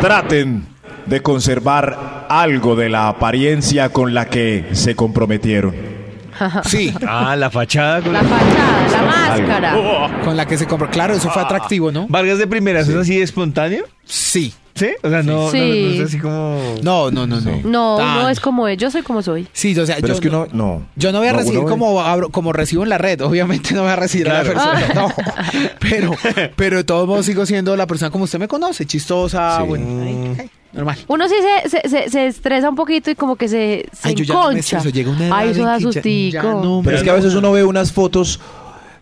Speaker 5: Traten de conservar algo de la apariencia con la que se comprometieron.
Speaker 3: Sí,
Speaker 2: Ah, la fachada. con-
Speaker 4: La fachada, la máscara.
Speaker 5: Oh,
Speaker 3: con la que se compró. Claro, eso fue
Speaker 8: Ah.
Speaker 3: atractivo, ¿no?
Speaker 2: Vargas de primeras es así de espontáneo.
Speaker 3: Sí.
Speaker 2: ¿Sí? O sea, no,
Speaker 4: Sí.
Speaker 2: no- no es así como.
Speaker 3: No, no, no, no.
Speaker 4: No,
Speaker 3: Tan-
Speaker 4: no es como es, yo soy como soy.
Speaker 3: Sí, o sea,
Speaker 8: Pero
Speaker 3: yo
Speaker 8: es que
Speaker 3: no-
Speaker 8: uno, no.
Speaker 3: Yo no voy a
Speaker 8: No,
Speaker 3: recibir
Speaker 8: uno-
Speaker 3: como, abro- como recibo en la red, obviamente no voy a recibir a la persona, no. Pero, pero de todos modos sigo siendo la persona como usted me conoce, chistosa,
Speaker 8: Sí.
Speaker 3: bueno, ay, ay, normal.
Speaker 4: Uno sí se, se, se- se estresa un poquito y como que se, se
Speaker 3: Ay, yo ya no me
Speaker 4: enconcha.
Speaker 3: estreso, llega una edad
Speaker 4: Ay, eso
Speaker 3: en
Speaker 4: da
Speaker 3: que ya- ya
Speaker 4: sustico.
Speaker 3: no me-
Speaker 8: Pero es que a veces uno ve unas fotos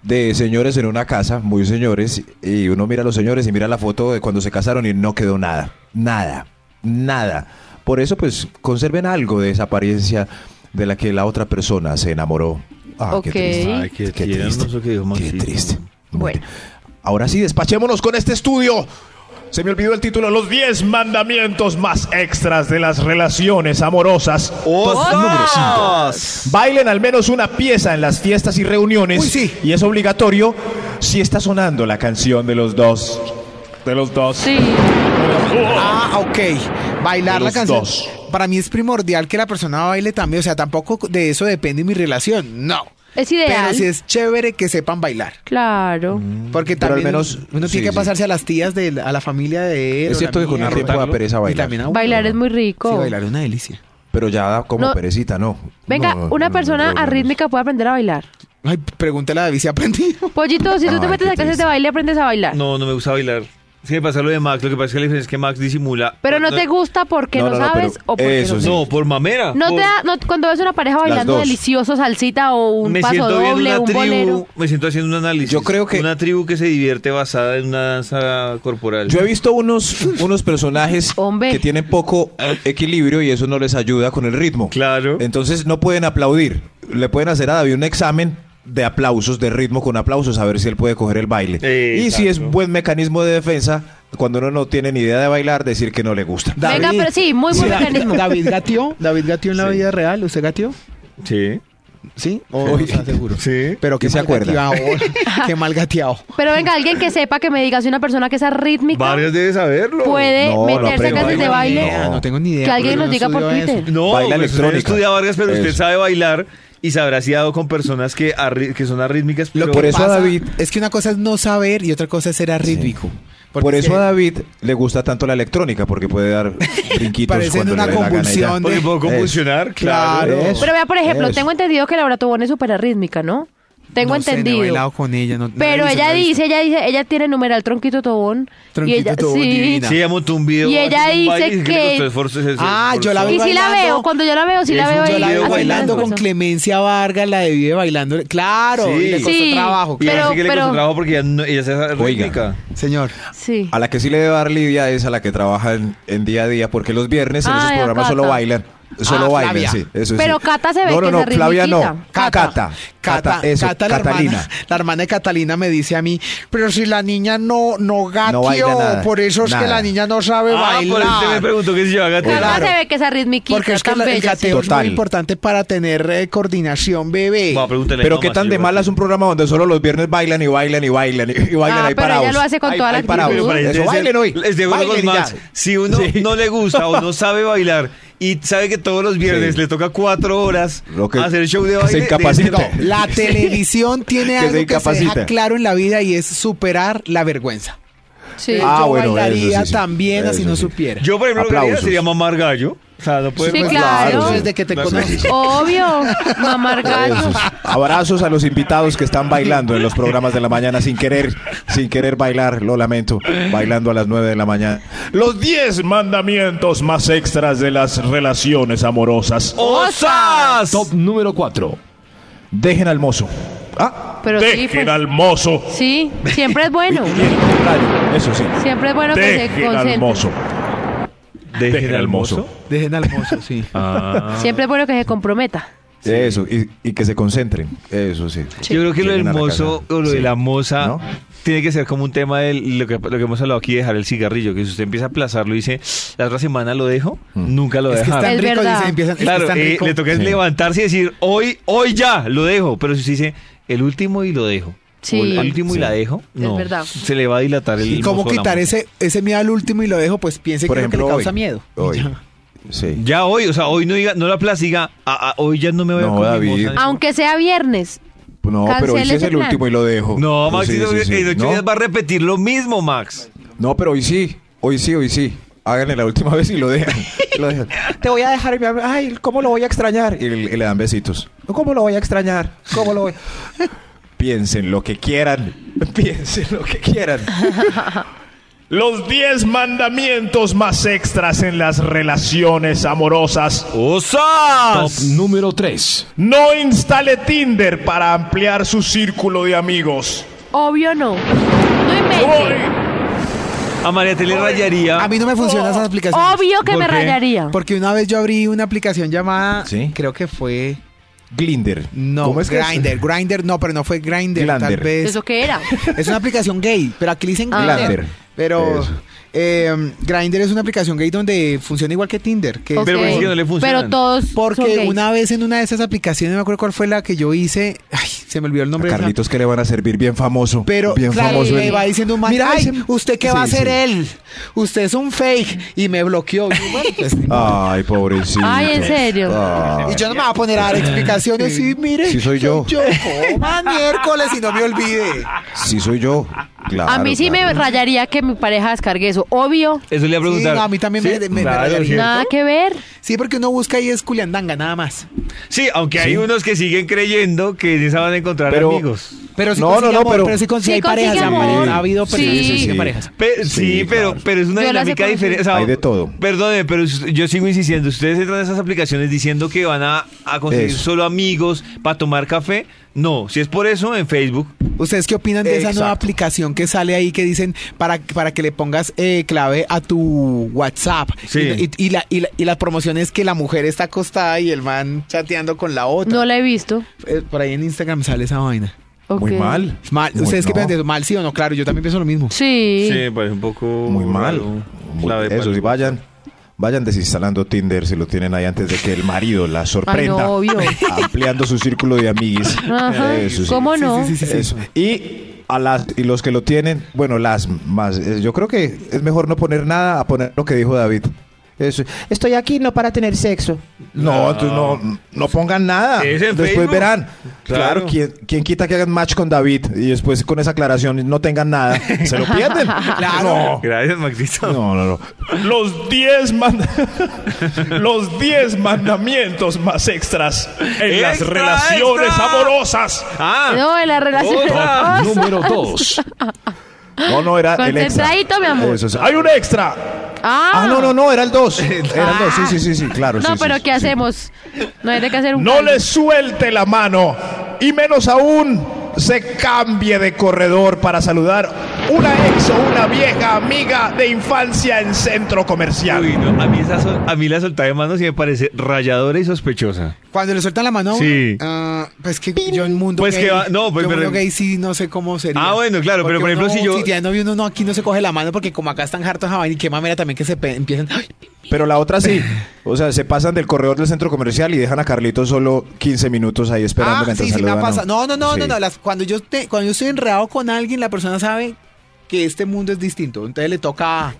Speaker 8: de señores en una casa, muy señores, y uno mira a los señores y mira la foto de cuando se casaron y no quedó nada, nada, nada. Por eso, pues, conserven algo de esa apariencia de la que la otra persona se enamoró. Ah,
Speaker 4: Ok.
Speaker 8: qué triste.
Speaker 4: Ay,
Speaker 8: qué, triste.
Speaker 2: eso que dijo
Speaker 8: Qué
Speaker 2: Maxito.
Speaker 8: triste.
Speaker 4: Bueno.
Speaker 8: Ahora sí, despachémonos con este estudio.
Speaker 5: Se me olvidó el título, los 10 mandamientos más extras de las relaciones amorosas.
Speaker 4: Pues,
Speaker 2: ¡Osos!
Speaker 5: Bailen al menos una pieza en las fiestas y reuniones.
Speaker 3: Uy, sí.
Speaker 5: Y es obligatorio si está sonando la canción de los dos. De los dos.
Speaker 4: Sí,
Speaker 8: Oh.
Speaker 3: Ah, ok. Bailar
Speaker 5: De
Speaker 3: la
Speaker 5: los
Speaker 3: canción.
Speaker 5: dos.
Speaker 3: Para mí es primordial que la persona baile también, o sea, tampoco de eso depende mi relación, no.
Speaker 4: es ideal.
Speaker 3: Pero sí es Mm, chévere que sepan bailar.
Speaker 4: Claro.
Speaker 3: Porque
Speaker 8: Pero al
Speaker 3: también
Speaker 8: menos-
Speaker 3: uno tiene
Speaker 8: sí,
Speaker 3: que
Speaker 8: sí.
Speaker 3: pasarse a las tías, de, a la familia de él.
Speaker 8: Es
Speaker 3: o la
Speaker 8: cierto que con
Speaker 3: mía,
Speaker 8: el tiempo da
Speaker 3: rotarlo.
Speaker 8: pereza
Speaker 3: Y
Speaker 8: bailar.
Speaker 3: también a uno.
Speaker 4: Bailar es muy rico.
Speaker 3: Sí, bailar es una delicia.
Speaker 8: Pero ya da como
Speaker 4: No.
Speaker 8: perecita, ¿no?
Speaker 4: Venga,
Speaker 8: No, no,
Speaker 4: una
Speaker 8: no,
Speaker 4: persona
Speaker 8: no, no, no.
Speaker 4: arrítmica puede aprender a bailar.
Speaker 3: Ay, pregúntale a David si aprendí.
Speaker 4: Pollito, si tú te
Speaker 8: Ay,
Speaker 4: metes
Speaker 8: qué
Speaker 4: a clases de
Speaker 8: triste.
Speaker 4: baile, aprendes a bailar.
Speaker 2: No, no me gusta bailar. Sí, me pasa lo de Max. Lo que pasa es que la diferencia es que Max disimula.
Speaker 4: Pero no te gusta porque no,
Speaker 8: No, no, no,
Speaker 4: sabes
Speaker 8: pero
Speaker 4: o porque
Speaker 8: eso
Speaker 4: no
Speaker 8: sí.
Speaker 2: No, por mamera.
Speaker 4: No
Speaker 2: por-
Speaker 4: te da, no- cuando ves una pareja bailando
Speaker 8: dos.
Speaker 4: delicioso, salsita o un
Speaker 2: me
Speaker 4: paso
Speaker 2: siento
Speaker 4: doble,
Speaker 2: viendo
Speaker 4: un
Speaker 2: una
Speaker 4: bolero.
Speaker 2: tribu, me siento haciendo un análisis.
Speaker 8: Yo creo que-
Speaker 2: Una tribu que se divierte basada en una danza corporal.
Speaker 8: Yo he visto unos, unos personajes
Speaker 4: Hombre.
Speaker 8: que tienen poco eh, equilibrio y eso no les ayuda con el ritmo.
Speaker 2: Claro.
Speaker 8: Entonces no pueden aplaudir. Le pueden hacer a David un examen de aplausos, de ritmo con aplausos, a ver si él puede coger el baile.
Speaker 2: Eh,
Speaker 8: y si es
Speaker 2: exacto.
Speaker 8: buen mecanismo de defensa, cuando uno no tiene ni idea de bailar, decir que no le gusta.
Speaker 4: Venga, pero sí, muy buen
Speaker 3: Da-
Speaker 4: mecanismo.
Speaker 3: David gatió, David gatió en la vida real. ¿Usted gatió?
Speaker 2: Sí.
Speaker 3: Sí, o no está seguro.
Speaker 2: Sí.
Speaker 3: Pero que
Speaker 8: ¿Sí se acuerda?
Speaker 3: Qué mal gateado.
Speaker 4: Pero venga, alguien que sepa que me diga si una persona que sea rítmica
Speaker 2: Varias debe saberlo.
Speaker 4: puede
Speaker 8: No, no,
Speaker 4: Eh, meterse a
Speaker 8: pero
Speaker 4: clases de
Speaker 8: no,
Speaker 4: baile.
Speaker 8: no.
Speaker 3: No tengo ni idea.
Speaker 4: Que alguien
Speaker 3: porque
Speaker 4: nos diga
Speaker 3: no
Speaker 4: por
Speaker 3: estudió
Speaker 4: Twitter.
Speaker 2: No,
Speaker 8: Baila
Speaker 2: pues, usted
Speaker 8: electrónica.
Speaker 2: no estudia Vargas, pero usted
Speaker 8: Eso.
Speaker 2: sabe bailar y se habrá sido con personas que, arri- que son arrítmicas.
Speaker 3: Lo
Speaker 2: pero-
Speaker 3: que
Speaker 8: Por eso a
Speaker 3: pasa
Speaker 8: David-
Speaker 3: Es que una cosa es no saber y otra cosa es ser arrítmico. Porque
Speaker 8: Por
Speaker 3: es
Speaker 8: eso
Speaker 3: que
Speaker 8: a David le gusta tanto la electrónica, porque puede dar brinquitos
Speaker 3: Parecen
Speaker 8: cuando
Speaker 3: una
Speaker 8: le dé la gana y ya.
Speaker 3: convulsión.
Speaker 2: Porque puedo convulsionar, claro.
Speaker 8: Eso.
Speaker 4: Pero vea, por ejemplo,
Speaker 8: Eso.
Speaker 4: tengo entendido que la Bratobón es súper rítmica, ¿no? Tengo
Speaker 3: No sé, no he
Speaker 4: entendido.
Speaker 3: bailado con ella, no- no la he visto,
Speaker 4: Pero
Speaker 3: no
Speaker 4: ella
Speaker 3: la he visto.
Speaker 4: dice, ella dice, ella tiene numeral tronquito tobón.
Speaker 3: Tronquito
Speaker 4: y ella,
Speaker 3: Tobón,
Speaker 4: sí.
Speaker 3: divina.
Speaker 2: Sí, ella montó un video.
Speaker 4: Y ella
Speaker 2: haciendo un
Speaker 4: dice
Speaker 2: baile y
Speaker 4: que-
Speaker 2: costó esfuerzo, se- se
Speaker 3: Ah, yo la
Speaker 2: esforzó.
Speaker 3: vi
Speaker 4: Y sí la
Speaker 3: bailando.
Speaker 4: veo, cuando yo la veo, sí la
Speaker 2: Es
Speaker 4: veo
Speaker 2: un-
Speaker 4: ahí
Speaker 3: Yo la veo
Speaker 4: haciendo
Speaker 3: bailando con
Speaker 4: esfuerzo.
Speaker 3: Clemencia Vargas, la debí de bailando. Claro,
Speaker 2: Sí.
Speaker 3: y le costó
Speaker 4: Sí.
Speaker 3: trabajo.
Speaker 2: Y
Speaker 3: claro.
Speaker 2: ella sí que le costó
Speaker 4: pero-
Speaker 2: trabajo porque ella, no- ella se hace
Speaker 8: Oiga.
Speaker 2: rítmica.
Speaker 3: Señor,
Speaker 4: Sí.
Speaker 8: A la que sí le debe dar lidia es a la que trabaja en, en día a día, porque los viernes en esos
Speaker 4: Ay, a
Speaker 8: programas solo
Speaker 4: Ah, Cata.
Speaker 8: bailan. Solo
Speaker 3: Ah,
Speaker 8: bailan,
Speaker 3: Flavia.
Speaker 8: sí. Eso
Speaker 4: Pero
Speaker 8: sí.
Speaker 4: Cata se ve
Speaker 8: No,
Speaker 4: que
Speaker 8: no,
Speaker 4: es
Speaker 8: no,
Speaker 4: la
Speaker 8: Flavia no.
Speaker 4: ritmiquita.
Speaker 8: Cata. Cata,
Speaker 3: Cata,
Speaker 8: eso,
Speaker 3: Cata, la
Speaker 8: Catalina.
Speaker 3: hermana, la hermana de Catalina me dice a mí, pero si la niña no, no gateó,
Speaker 8: baila nada,
Speaker 3: por eso es que
Speaker 8: nada.
Speaker 3: la niña no sabe
Speaker 2: Ah, por eso usted me
Speaker 3: bailar.
Speaker 2: preguntó que si yo haga
Speaker 4: Cata
Speaker 3: claro.
Speaker 4: se ve que esa ritmiquita
Speaker 3: Porque es que
Speaker 4: tan
Speaker 3: la- el
Speaker 4: bella, sí.
Speaker 3: gateo es
Speaker 8: Total.
Speaker 3: muy importante para tener eh, coordinación bebé.
Speaker 2: Va, pregúntele
Speaker 8: Pero
Speaker 2: no,
Speaker 8: qué
Speaker 2: más,
Speaker 8: tan
Speaker 2: yo
Speaker 8: de
Speaker 2: creo
Speaker 8: mala
Speaker 2: que-
Speaker 8: es un programa donde solo los viernes bailan y bailan y bailan y, y bailan
Speaker 4: Ah,
Speaker 8: ahí
Speaker 4: pero
Speaker 8: parados.
Speaker 4: ella lo hace con
Speaker 8: Ahí-
Speaker 4: toda la
Speaker 8: ahí parados.
Speaker 4: actitud.
Speaker 2: Pero
Speaker 8: Eso,
Speaker 2: parece ser-
Speaker 8: bailen hoy.
Speaker 2: Les devuelvo
Speaker 8: bailen
Speaker 2: con
Speaker 8: y ya.
Speaker 2: más. Si uno no le gusta o no sabe bailar y sabe que todos los viernes
Speaker 8: Sí.
Speaker 2: le toca cuatro horas
Speaker 8: Lo que-
Speaker 2: hacer show de
Speaker 8: que
Speaker 2: baile,
Speaker 8: se incapacita.
Speaker 2: debe ser-
Speaker 3: La televisión tiene
Speaker 8: Que
Speaker 3: algo
Speaker 8: se
Speaker 3: que se deja
Speaker 8: incapacita.
Speaker 3: claro en la vida y es superar la vergüenza.
Speaker 4: Sí.
Speaker 8: Ah,
Speaker 3: Yo
Speaker 8: bueno, eso
Speaker 3: bailaría
Speaker 8: sí, sí.
Speaker 3: también así
Speaker 8: Eso
Speaker 3: no
Speaker 8: sí.
Speaker 3: supiera.
Speaker 2: Yo, por ejemplo, lo que haría
Speaker 8: Aplausos.
Speaker 2: sería mamar gallo. O sea, no puede
Speaker 4: Sí,
Speaker 3: Pues
Speaker 4: claro.
Speaker 3: Desde que te
Speaker 2: No sé.
Speaker 3: conozco.
Speaker 4: Obvio, mamar gallo.
Speaker 8: Esos. Abrazos a los invitados que están bailando en los programas de la mañana sin querer, sin querer bailar, lo lamento, bailando a las 9 de la mañana.
Speaker 5: Los 10 mandamientos más extras de las relaciones amorosas.
Speaker 2: ¡Osas!
Speaker 1: Top número 4.
Speaker 8: Dejen al mozo. Ah,
Speaker 4: Pero sí,
Speaker 5: Dejen
Speaker 4: pues,
Speaker 5: al mozo.
Speaker 4: sí, siempre es bueno.
Speaker 8: y el contrario, eso sí.
Speaker 4: Siempre es bueno que se
Speaker 5: Dejen al
Speaker 4: concentren.
Speaker 5: mozo. Dejen al mozo.
Speaker 3: Dejen al mozo, sí.
Speaker 4: Siempre es bueno que se comprometa.
Speaker 8: Eso, y, y que se concentren. Eso sí.
Speaker 2: Yo creo que lo del
Speaker 8: Lleguen a la
Speaker 2: mozo
Speaker 8: casa.
Speaker 2: o lo
Speaker 8: Sí.
Speaker 2: de la moza
Speaker 8: ¿No?
Speaker 2: tiene que ser como un tema de lo que, lo que hemos hablado aquí, dejar el cigarrillo. Que si usted empieza a aplazarlo y dice, la otra semana lo dejo,
Speaker 8: Mm.
Speaker 2: nunca lo
Speaker 3: Es que es
Speaker 2: deja.
Speaker 3: tan
Speaker 4: Es
Speaker 3: rico,
Speaker 4: verdad.
Speaker 3: dice, empiezan, es que
Speaker 2: Claro,
Speaker 3: es tan
Speaker 2: eh,
Speaker 3: rico.
Speaker 2: le toca es
Speaker 8: Sí.
Speaker 2: levantarse y decir, hoy, hoy ya, lo dejo. Pero si usted dice, el último y lo dejo.
Speaker 4: Sí.
Speaker 2: O el último y
Speaker 8: Sí.
Speaker 2: la dejo.
Speaker 4: Es
Speaker 2: No,
Speaker 4: verdad.
Speaker 2: se le va a dilatar el
Speaker 3: ¿Y cómo
Speaker 2: mozo o la
Speaker 3: quitar
Speaker 2: moza.
Speaker 3: ese, ese miedo al último y lo dejo? Pues piense
Speaker 8: Por
Speaker 3: que es lo que
Speaker 8: ejemplo,
Speaker 3: le causa
Speaker 8: hoy.
Speaker 3: miedo.
Speaker 8: Hoy. Sí.
Speaker 2: Ya hoy, o sea, hoy no diga, no la aplaza, diga, "Ah, ah, hoy ya no me voy a
Speaker 8: No,
Speaker 2: con mi
Speaker 8: David.
Speaker 2: moza".
Speaker 4: Aunque sea viernes.
Speaker 8: No, pero hoy sí
Speaker 4: Cancele
Speaker 8: es
Speaker 4: ese
Speaker 8: el
Speaker 4: plan.
Speaker 8: último y lo dejo.
Speaker 2: No, Max,
Speaker 8: Pues Sí,
Speaker 2: en
Speaker 8: sí, sí.
Speaker 2: en ocho
Speaker 8: ¿No?
Speaker 2: días va a repetir lo mismo, Max.
Speaker 8: No, pero hoy sí, hoy sí, hoy sí. Háganle la última vez y lo dejan. Lo dejan. Te voy a dejar, y me- ay, ¿cómo lo voy a extrañar? Y, le- y le dan besitos. ¿Cómo lo voy a extrañar? ¿Cómo lo voy? Piensen lo que quieran. Piensen lo que quieran.
Speaker 5: Los 10 mandamientos más extras en las relaciones amorosas.
Speaker 1: Top
Speaker 2: ¡Osas!
Speaker 1: número 3.
Speaker 5: No instale Tinder para ampliar su círculo de amigos.
Speaker 4: Obvio no. No
Speaker 5: Hoy,
Speaker 4: invente.
Speaker 2: A María Tele rayaría.
Speaker 3: A mí no me funcionan esas aplicaciones.
Speaker 4: Oh, Obvio que
Speaker 2: ¿Por
Speaker 4: me
Speaker 2: qué?
Speaker 4: rayaría.
Speaker 3: Porque una vez yo abrí una aplicación llamada,
Speaker 8: Sí.
Speaker 3: creo que fue...
Speaker 8: Glinder.
Speaker 3: No,
Speaker 8: ¿Cómo es que es?
Speaker 3: Grinder, Grinder, no, pero no fue Grinder, tal
Speaker 8: Glander.
Speaker 3: vez.
Speaker 4: ¿Eso qué era?
Speaker 3: Es una aplicación gay, pero aquí le dicen
Speaker 4: Ah.
Speaker 3: Grindr.
Speaker 8: Glander.
Speaker 3: Pero
Speaker 8: Eso.
Speaker 3: eh, Grindr es una aplicación gay donde funciona igual que Tinder. Que
Speaker 4: Ok.
Speaker 2: Pero parece que no le funcionan.
Speaker 4: Pero todos son
Speaker 3: Porque
Speaker 4: gays.
Speaker 3: una vez en una de esas aplicaciones, no me acuerdo cuál fue la que yo hice, ay, se me olvidó el
Speaker 8: A
Speaker 3: nombre. de esa-
Speaker 8: Carlitos que le van a servir bien famoso.
Speaker 3: Pero
Speaker 8: bien
Speaker 3: claro,
Speaker 8: famoso.
Speaker 3: me
Speaker 8: el-
Speaker 3: va diciendo un man,
Speaker 8: Mira,
Speaker 3: ay,
Speaker 8: ese-
Speaker 3: ¿usted qué va a
Speaker 8: Sí,
Speaker 3: hacer
Speaker 8: sí.
Speaker 3: él? Usted es un fake. Y me bloqueó. Y, bueno, pues, ni modo.
Speaker 8: Ay, pobrecito.
Speaker 4: Ay, ¿en serio?
Speaker 8: Ay.
Speaker 3: Y yo no me voy a poner a dar explicaciones. Sí, mire.
Speaker 8: Ah, Sí, soy yo.
Speaker 3: Yo coma miércoles y no me olvide.
Speaker 8: Sí soy yo. Claro,
Speaker 4: a mí sí
Speaker 8: claro.
Speaker 4: me rayaría que mi pareja descargue eso. Obvio.
Speaker 2: Eso le iba a preguntar.
Speaker 3: Sí, no, a mí también me- me- me rayaría.
Speaker 4: Nada que ver.
Speaker 3: Sí, porque uno busca y es culiandanga, nada más.
Speaker 2: Sí, aunque hay unos que siguen creyendo que en esa van a encontrar
Speaker 8: Pero-
Speaker 2: amigos.
Speaker 3: Pero si
Speaker 8: No, no, no, pero-
Speaker 3: si
Speaker 4: Sí
Speaker 3: consigue
Speaker 4: consigue
Speaker 3: parejas,
Speaker 4: amor.
Speaker 3: amor. ha habido
Speaker 8: Sí,
Speaker 3: personas que
Speaker 4: sí,
Speaker 3: consiguen
Speaker 8: sí.
Speaker 3: parejas.
Speaker 2: Pe- sí,
Speaker 8: Sí,
Speaker 2: pero,
Speaker 8: claro.
Speaker 2: pero es una
Speaker 4: Yo las he
Speaker 2: dinámica
Speaker 4: conocido.
Speaker 2: diferente. o sea,
Speaker 8: Hay de todo.
Speaker 2: Perdone, pero s- yo sigo insistiendo. Ustedes entran a esas aplicaciones diciendo que van a, a conseguir
Speaker 8: Eso.
Speaker 2: solo amigos para tomar café. No, si es por eso, en Facebook.
Speaker 3: ¿Ustedes qué opinan de esa nueva
Speaker 8: Exacto.
Speaker 3: aplicación que sale ahí que dicen para, para que le pongas eh, clave a tu WhatsApp?
Speaker 2: Sí.
Speaker 3: Y, y la, y, la, y la promoción es que la mujer está acostada y el man chateando con la otra.
Speaker 4: No la he visto.
Speaker 3: Eh, por ahí en Instagram sale esa vaina.
Speaker 8: Muy
Speaker 4: Ok.
Speaker 8: mal.
Speaker 3: Mal.
Speaker 8: Muy-
Speaker 3: ¿Ustedes qué
Speaker 8: no.
Speaker 3: piensan de eso? ¿Mal sí o no? Claro, yo también pienso lo mismo.
Speaker 4: Sí.
Speaker 2: me parece un poco.
Speaker 8: Muy mal.
Speaker 2: raro.
Speaker 8: Muy-
Speaker 2: Clave para
Speaker 8: eso,
Speaker 2: el
Speaker 8: si vayan, vayan desinstalando Tinder si lo tienen ahí antes de que el marido la sorprenda.
Speaker 4: no, obvio.
Speaker 8: Ampliando su círculo de amiguis.
Speaker 4: Ajá.
Speaker 8: Eso sí.
Speaker 4: ¿Cómo no?
Speaker 3: Sí, sí, sí, sí.
Speaker 8: Eso. Y a las y los que lo tienen, bueno, las más. eh, Yo creo que es mejor no poner nada a poner lo que dijo David. Eso.
Speaker 13: Estoy aquí no para tener sexo.
Speaker 8: No, entonces no, no pongan nada.
Speaker 2: ¿Es en
Speaker 8: después
Speaker 2: Facebook?
Speaker 8: verán.
Speaker 2: Claro.
Speaker 8: Claro, ¿quién, quién quita que hagan match con David y después con esa aclaración no tengan nada. Se lo pierden.
Speaker 2: Claro. Gracias, Maxito.
Speaker 8: No, no, no.
Speaker 5: Los 10 mand- los 10 mandamientos más extras en las
Speaker 2: ¡Extra,
Speaker 5: relaciones
Speaker 2: extra!
Speaker 5: amorosas.
Speaker 2: Ah,
Speaker 4: No, en la relación.
Speaker 2: Otra.
Speaker 4: amorosa.
Speaker 1: Número 2.
Speaker 8: No, no, era el extra.
Speaker 4: Concentradito, mi amor.
Speaker 8: Eso es-
Speaker 5: Hay un extra.
Speaker 4: Ah,
Speaker 8: Ah, no, no, no, era el 2. Era el 2, sí, sí, sí, sí, claro.
Speaker 4: No,
Speaker 8: sí, sí,
Speaker 4: pero
Speaker 8: sí,
Speaker 4: ¿qué
Speaker 8: sí.
Speaker 4: hacemos? No hay de qué hacer un.
Speaker 5: No
Speaker 4: caldo.
Speaker 5: le suelte la mano y menos aún se cambie de corredor para saludar una ex o una vieja amiga de infancia en centro comercial.
Speaker 2: uy, no, A mí, esa sol- a mí la soltada de manos sí me parece rayadora y sospechosa.
Speaker 3: Cuando le sueltan la mano, a uno,
Speaker 2: Sí.
Speaker 3: ah, pues que yo en mundo
Speaker 2: Pues
Speaker 3: gay,
Speaker 2: que va- no, pues,
Speaker 3: yo en
Speaker 2: pero-
Speaker 3: mundo gay sí no sé cómo sería.
Speaker 2: Ah, bueno, claro,
Speaker 3: Porque
Speaker 2: pero, por ejemplo,
Speaker 3: uno,
Speaker 2: si yo-
Speaker 3: si tiene novio, uno no, aquí no se coge la mano porque como acá están hartos a vaina y qué mamera también que se pe- empiezan. ¡ay!
Speaker 8: Pero la otra sí. O sea, se pasan del corredor del centro comercial y dejan a Carlitos solo 15 minutos ahí esperando
Speaker 3: Ah,
Speaker 8: mientras
Speaker 3: sí, sí me ha
Speaker 8: saludan a-
Speaker 3: pasado. No, no, no,
Speaker 8: Sí.
Speaker 3: no, no. las- cuando, yo te- cuando yo estoy enredado con alguien, la persona sabe que este mundo es distinto. Entonces le toca.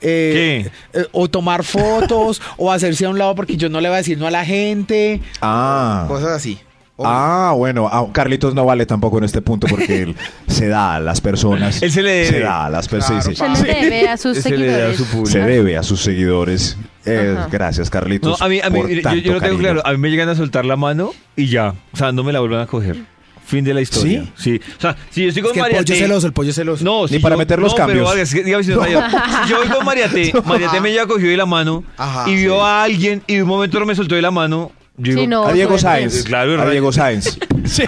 Speaker 3: eh, eh, o tomar fotos o hacerse a un lado porque yo no le voy a decir no a la gente.
Speaker 8: Ah.
Speaker 3: Cosas así. O-
Speaker 8: Ah, bueno, ah, Carlitos no vale tampoco en este punto porque él se da a las personas.
Speaker 2: Él se le debe.
Speaker 8: da a las personas. sí, sí.
Speaker 4: Se le debe a sus
Speaker 2: Se le debe a
Speaker 4: seguidores.
Speaker 2: su público.
Speaker 8: Se debe a sus seguidores. Eh,
Speaker 4: Ajá.
Speaker 8: gracias,
Speaker 2: No,
Speaker 8: Carlitos.
Speaker 2: a mí, a mí
Speaker 8: por
Speaker 2: mire, yo,
Speaker 8: tanto
Speaker 2: yo lo tengo
Speaker 8: cariño.
Speaker 2: claro. A mí me llegan a soltar la mano y ya. O sea, no me la vuelvan a coger. Fin de la historia. Sí. O sea, si yo estoy con
Speaker 3: que el
Speaker 2: María
Speaker 3: pollo
Speaker 2: T-
Speaker 3: celoso, el pollo celoso.
Speaker 2: No,
Speaker 8: Ni para meter los
Speaker 2: no, pero,
Speaker 8: cambios.
Speaker 2: Vargas, que- dígame si no, María. Si yo voy con María T, María T me lleva cogido de la mano
Speaker 3: Ajá,
Speaker 2: y vio a alguien y de un momento no me soltó de la mano. Yo
Speaker 4: Sí,
Speaker 2: digo,
Speaker 4: no,
Speaker 8: A Diego
Speaker 4: sobre-
Speaker 8: Sáenz.
Speaker 2: Claro,
Speaker 8: a
Speaker 2: rayo.
Speaker 8: Diego Sáenz.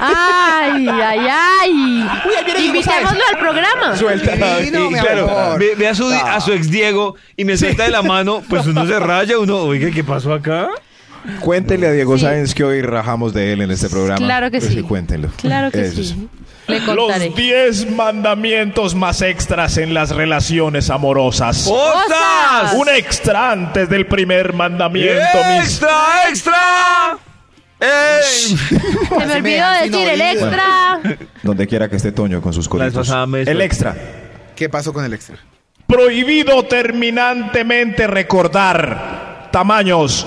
Speaker 4: Ay, ay, ay. Invitémoslo al programa.
Speaker 3: Divino,
Speaker 2: y
Speaker 3: mi
Speaker 2: claro,
Speaker 3: amor.
Speaker 2: ve, ve a, su, a su ex Diego y me suelta de la mano, pues uno se raya, uno, oiga, ¿qué pasó acá?
Speaker 8: Cuéntenle a Diego
Speaker 4: Sí.
Speaker 8: Sáenz que hoy rajamos de él en este programa.
Speaker 4: Claro que sí.
Speaker 8: Cuéntenlo.
Speaker 4: Claro que
Speaker 8: Eso es.
Speaker 4: sí. Le contaré.
Speaker 5: Los 10 mandamientos más extras en las relaciones amorosas.
Speaker 2: ¡Ostras!
Speaker 5: Un extra antes del primer mandamiento, mis
Speaker 2: ¡Extra, extra! ¡Ey!
Speaker 4: Se me olvidó
Speaker 3: Semejanza
Speaker 4: decir el
Speaker 3: inolvidable.
Speaker 4: extra.
Speaker 8: Donde quiera que esté Toño con sus
Speaker 2: La vez
Speaker 8: colitos.
Speaker 2: pasada me-
Speaker 8: El extra.
Speaker 3: ¿Qué pasó con el extra?
Speaker 5: Prohibido terminantemente recordar tamaños,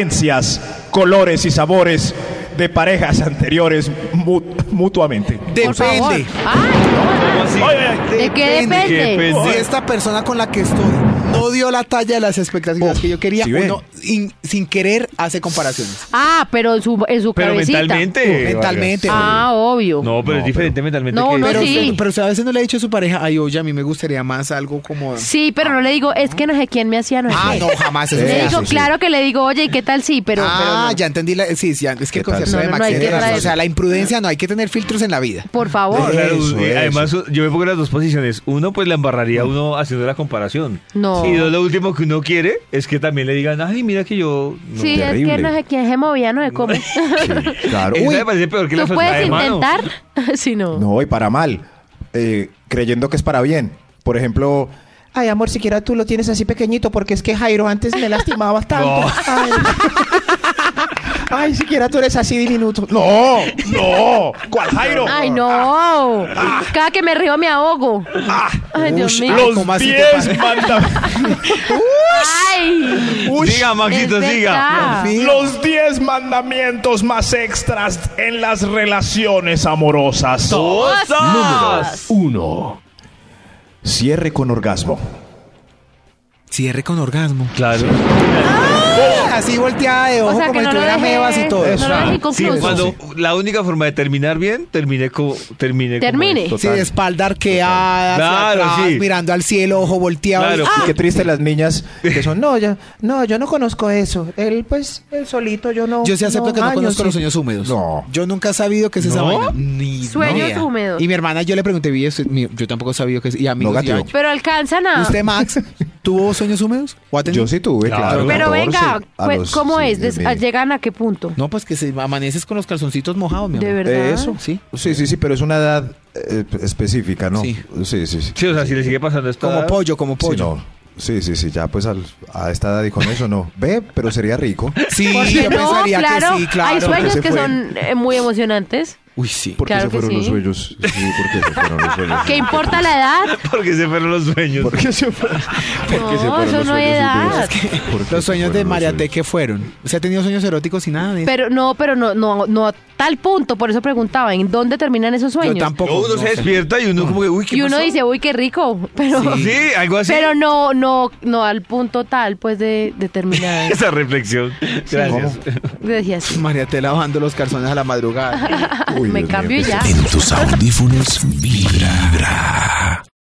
Speaker 5: cadencias, colores y sabores de parejas anteriores mu- mutuamente.
Speaker 4: Por favor.
Speaker 3: Depende.
Speaker 4: Ay,
Speaker 2: ¿Cómo así?
Speaker 5: Ay, ay, ay.
Speaker 4: ¿de qué
Speaker 2: Depende.
Speaker 4: depende?
Speaker 2: Depende.
Speaker 3: Si esta persona con la que estoy no dio la talla de las expectativas
Speaker 4: Oh,
Speaker 8: Uf,
Speaker 3: que yo quería,
Speaker 8: ¿sí ven?
Speaker 3: uno in- sin querer hace comparaciones.
Speaker 4: Ah, pero en su, en su
Speaker 2: Pero
Speaker 4: cabecita.
Speaker 2: mentalmente.
Speaker 3: mentalmente.
Speaker 4: Ah, obvio.
Speaker 2: No, pero es diferente mentalmente.
Speaker 4: No,
Speaker 2: que-
Speaker 4: uno
Speaker 3: pero,
Speaker 4: sí.
Speaker 3: usted, pero usted a veces no le ha dicho a su pareja, ay, oye, a mí me gustaría más algo como.
Speaker 4: Sí, pero no le digo, es que no sé quién me hacía, no sé
Speaker 3: Ah,
Speaker 4: qué.
Speaker 3: no, jamás. eso
Speaker 4: Le
Speaker 3: se
Speaker 4: digo,
Speaker 3: hace.
Speaker 4: claro que le digo, oye, ¿y qué tal sí? Pero, pero
Speaker 3: ah,
Speaker 4: no.
Speaker 3: ya entendí. La, sí, sí, es que el
Speaker 8: ¿Qué tal?
Speaker 3: concepto
Speaker 4: No,
Speaker 3: de
Speaker 4: no, no,
Speaker 3: Maxi
Speaker 4: hay que
Speaker 3: tiene razón.
Speaker 4: traer-
Speaker 3: O sea, la imprudencia no, hay que tener filtros en la vida.
Speaker 4: por favor.
Speaker 8: Eh,
Speaker 2: Claro,
Speaker 8: Eso,
Speaker 2: eh,
Speaker 8: eso.
Speaker 2: además yo me pongo en las dos posiciones. Uno, pues la embarraría a uno haciendo la comparación.
Speaker 4: No.
Speaker 2: Y dos, lo último que uno quiere es que también le digan, ay, mira que yo. no".
Speaker 4: sí, es
Speaker 8: terrible.
Speaker 4: que no sé quién se movía, no sé cómo.
Speaker 8: Claro.
Speaker 2: Esa
Speaker 8: Uy,
Speaker 2: me parece peor que la
Speaker 4: ¿Tú
Speaker 2: soltada
Speaker 4: puedes
Speaker 2: de mano.
Speaker 4: intentar? si no.
Speaker 8: No, y para mal. Eh, creyendo que es para bien. Por ejemplo,
Speaker 13: Ay, amor, siquiera tú lo tienes así pequeñito porque es que Jairo antes me lastimaba tanto.
Speaker 2: No.
Speaker 13: Ay. Ay, siquiera tú eres así diminuto. No.
Speaker 5: No, no. ¿Cuál Jairo?
Speaker 4: Ay, no. Cada que me río me ahogo. Ay, Dios mío.
Speaker 3: lo- ¿Cómo
Speaker 5: Los
Speaker 3: así te
Speaker 5: 10 mandamientos.
Speaker 4: Ay.
Speaker 2: Siga, Maxito,
Speaker 4: es
Speaker 2: siga.
Speaker 4: verdad.
Speaker 3: Sí.
Speaker 5: Los 10 mandamientos más extras en las relaciones amorosas.
Speaker 2: ¡Ostras!
Speaker 1: 1.
Speaker 8: cierre con orgasmo.
Speaker 3: Cierre con orgasmo.
Speaker 2: Claro.
Speaker 3: Así volteada de
Speaker 4: O
Speaker 3: ojo
Speaker 4: sea,
Speaker 3: como
Speaker 4: que
Speaker 3: si
Speaker 4: no lo
Speaker 3: tuviera mebas
Speaker 4: dejes,
Speaker 3: y todo.
Speaker 4: no lo dejes
Speaker 2: Sí,
Speaker 4: inconcluso.
Speaker 2: cuando la única forma de terminar bien, termine como. Termine. como
Speaker 4: Termine.
Speaker 2: es,
Speaker 3: Sí,
Speaker 2: total.
Speaker 3: de espalda arqueada, hacia
Speaker 2: Claro,
Speaker 3: atrás,
Speaker 2: sí.
Speaker 3: mirando al cielo, ojo volteado.
Speaker 2: Claro.
Speaker 4: Ah.
Speaker 8: Y qué triste las niñas que son. No,
Speaker 13: No, yo, no, yo no conozco eso. Él, pues, él solito, yo no.
Speaker 3: Yo sí acepto que no
Speaker 4: ah,
Speaker 9: Ah,
Speaker 13: ay, yo
Speaker 3: conozco
Speaker 13: sí.
Speaker 3: los sueños húmedos.
Speaker 8: No.
Speaker 3: Yo nunca he sabido qué es esa vaina. Ni
Speaker 4: Sueños
Speaker 3: idea.
Speaker 4: húmedos.
Speaker 3: Y mi hermana, yo le pregunté, vi eso, mi- yo tampoco sabía qué es. Y amigos,
Speaker 8: No,
Speaker 3: y,
Speaker 8: gatillo.
Speaker 3: ay,
Speaker 4: Pero alcanzan a...
Speaker 3: ¿Usted, Max, tuvo sueños húmedos? ¿O ha tenido?
Speaker 8: Yo sí tuve, claro.
Speaker 2: Claro.
Speaker 4: Pero
Speaker 8: 14,
Speaker 4: venga,
Speaker 8: a
Speaker 4: cu-
Speaker 8: los-
Speaker 4: ¿cómo
Speaker 8: sí,
Speaker 4: es? Des-
Speaker 8: Dios mío.
Speaker 4: ¿Llegan a qué punto?
Speaker 3: No, pues que se amaneces con los calzoncitos mojados, mi amor.
Speaker 4: ¿De verdad?
Speaker 8: Eso.
Speaker 3: Sí.
Speaker 8: Sí, sí, sí, pero es una edad eh, específica, ¿no?
Speaker 3: Sí.
Speaker 8: sí, sí. sí.
Speaker 2: Sí, o sea, si le sigue pasando esto.
Speaker 3: Como pollo, como
Speaker 8: Sí,
Speaker 3: pollo.
Speaker 8: no. Sí, sí, sí, ya pues al- a esta edad y con eso no. Ve, pero sería rico.
Speaker 3: Sí,
Speaker 4: ¿Por qué
Speaker 3: yo pensaría que sí, claro.
Speaker 4: Hay sueños
Speaker 8: se
Speaker 4: que
Speaker 8: fue.
Speaker 4: son eh, muy emocionantes.
Speaker 3: Uy, sí.
Speaker 8: Porque
Speaker 4: Claro
Speaker 8: se
Speaker 4: que
Speaker 8: fueron los
Speaker 4: sí.
Speaker 8: sueños. Sí, porque se fueron los sueños.
Speaker 5: Ah,
Speaker 4: ¿Qué importa la edad?
Speaker 2: Porque se fueron los sueños.
Speaker 8: Porque se fueron, porque
Speaker 4: No,
Speaker 8: se fueron
Speaker 4: eso
Speaker 8: los
Speaker 4: no
Speaker 8: sueños
Speaker 4: es
Speaker 8: entonces?
Speaker 4: edad.
Speaker 8: ¿Por qué
Speaker 3: Los
Speaker 8: se
Speaker 3: sueños
Speaker 8: fueron
Speaker 3: de
Speaker 8: los
Speaker 3: Mariate,
Speaker 8: sueños?
Speaker 3: ¿qué fueron? ¿Usted ha tenido sueños eróticos y nada de eso?
Speaker 4: Pero no, pero no, no, no a tal punto, por eso preguntaba, ¿en dónde terminan esos sueños?
Speaker 3: Yo tampoco.
Speaker 2: No, uno
Speaker 3: no
Speaker 2: se
Speaker 3: sé.
Speaker 2: despierta y uno como que, uy, ¿qué
Speaker 4: y uno
Speaker 2: pasó?
Speaker 4: dice, uy, qué rico, pero,
Speaker 2: Sí, algo así.
Speaker 4: pero no, no, no al punto tal, pues, de, de terminar.
Speaker 2: Esa reflexión. Gracias.
Speaker 4: Yo decía así,
Speaker 3: Mariate lavando los calzones a la madrugada.
Speaker 8: Uy,
Speaker 4: me
Speaker 8: Dios mío,
Speaker 4: cambio
Speaker 8: qué
Speaker 4: y ya.
Speaker 14: En tus audífonos vibra.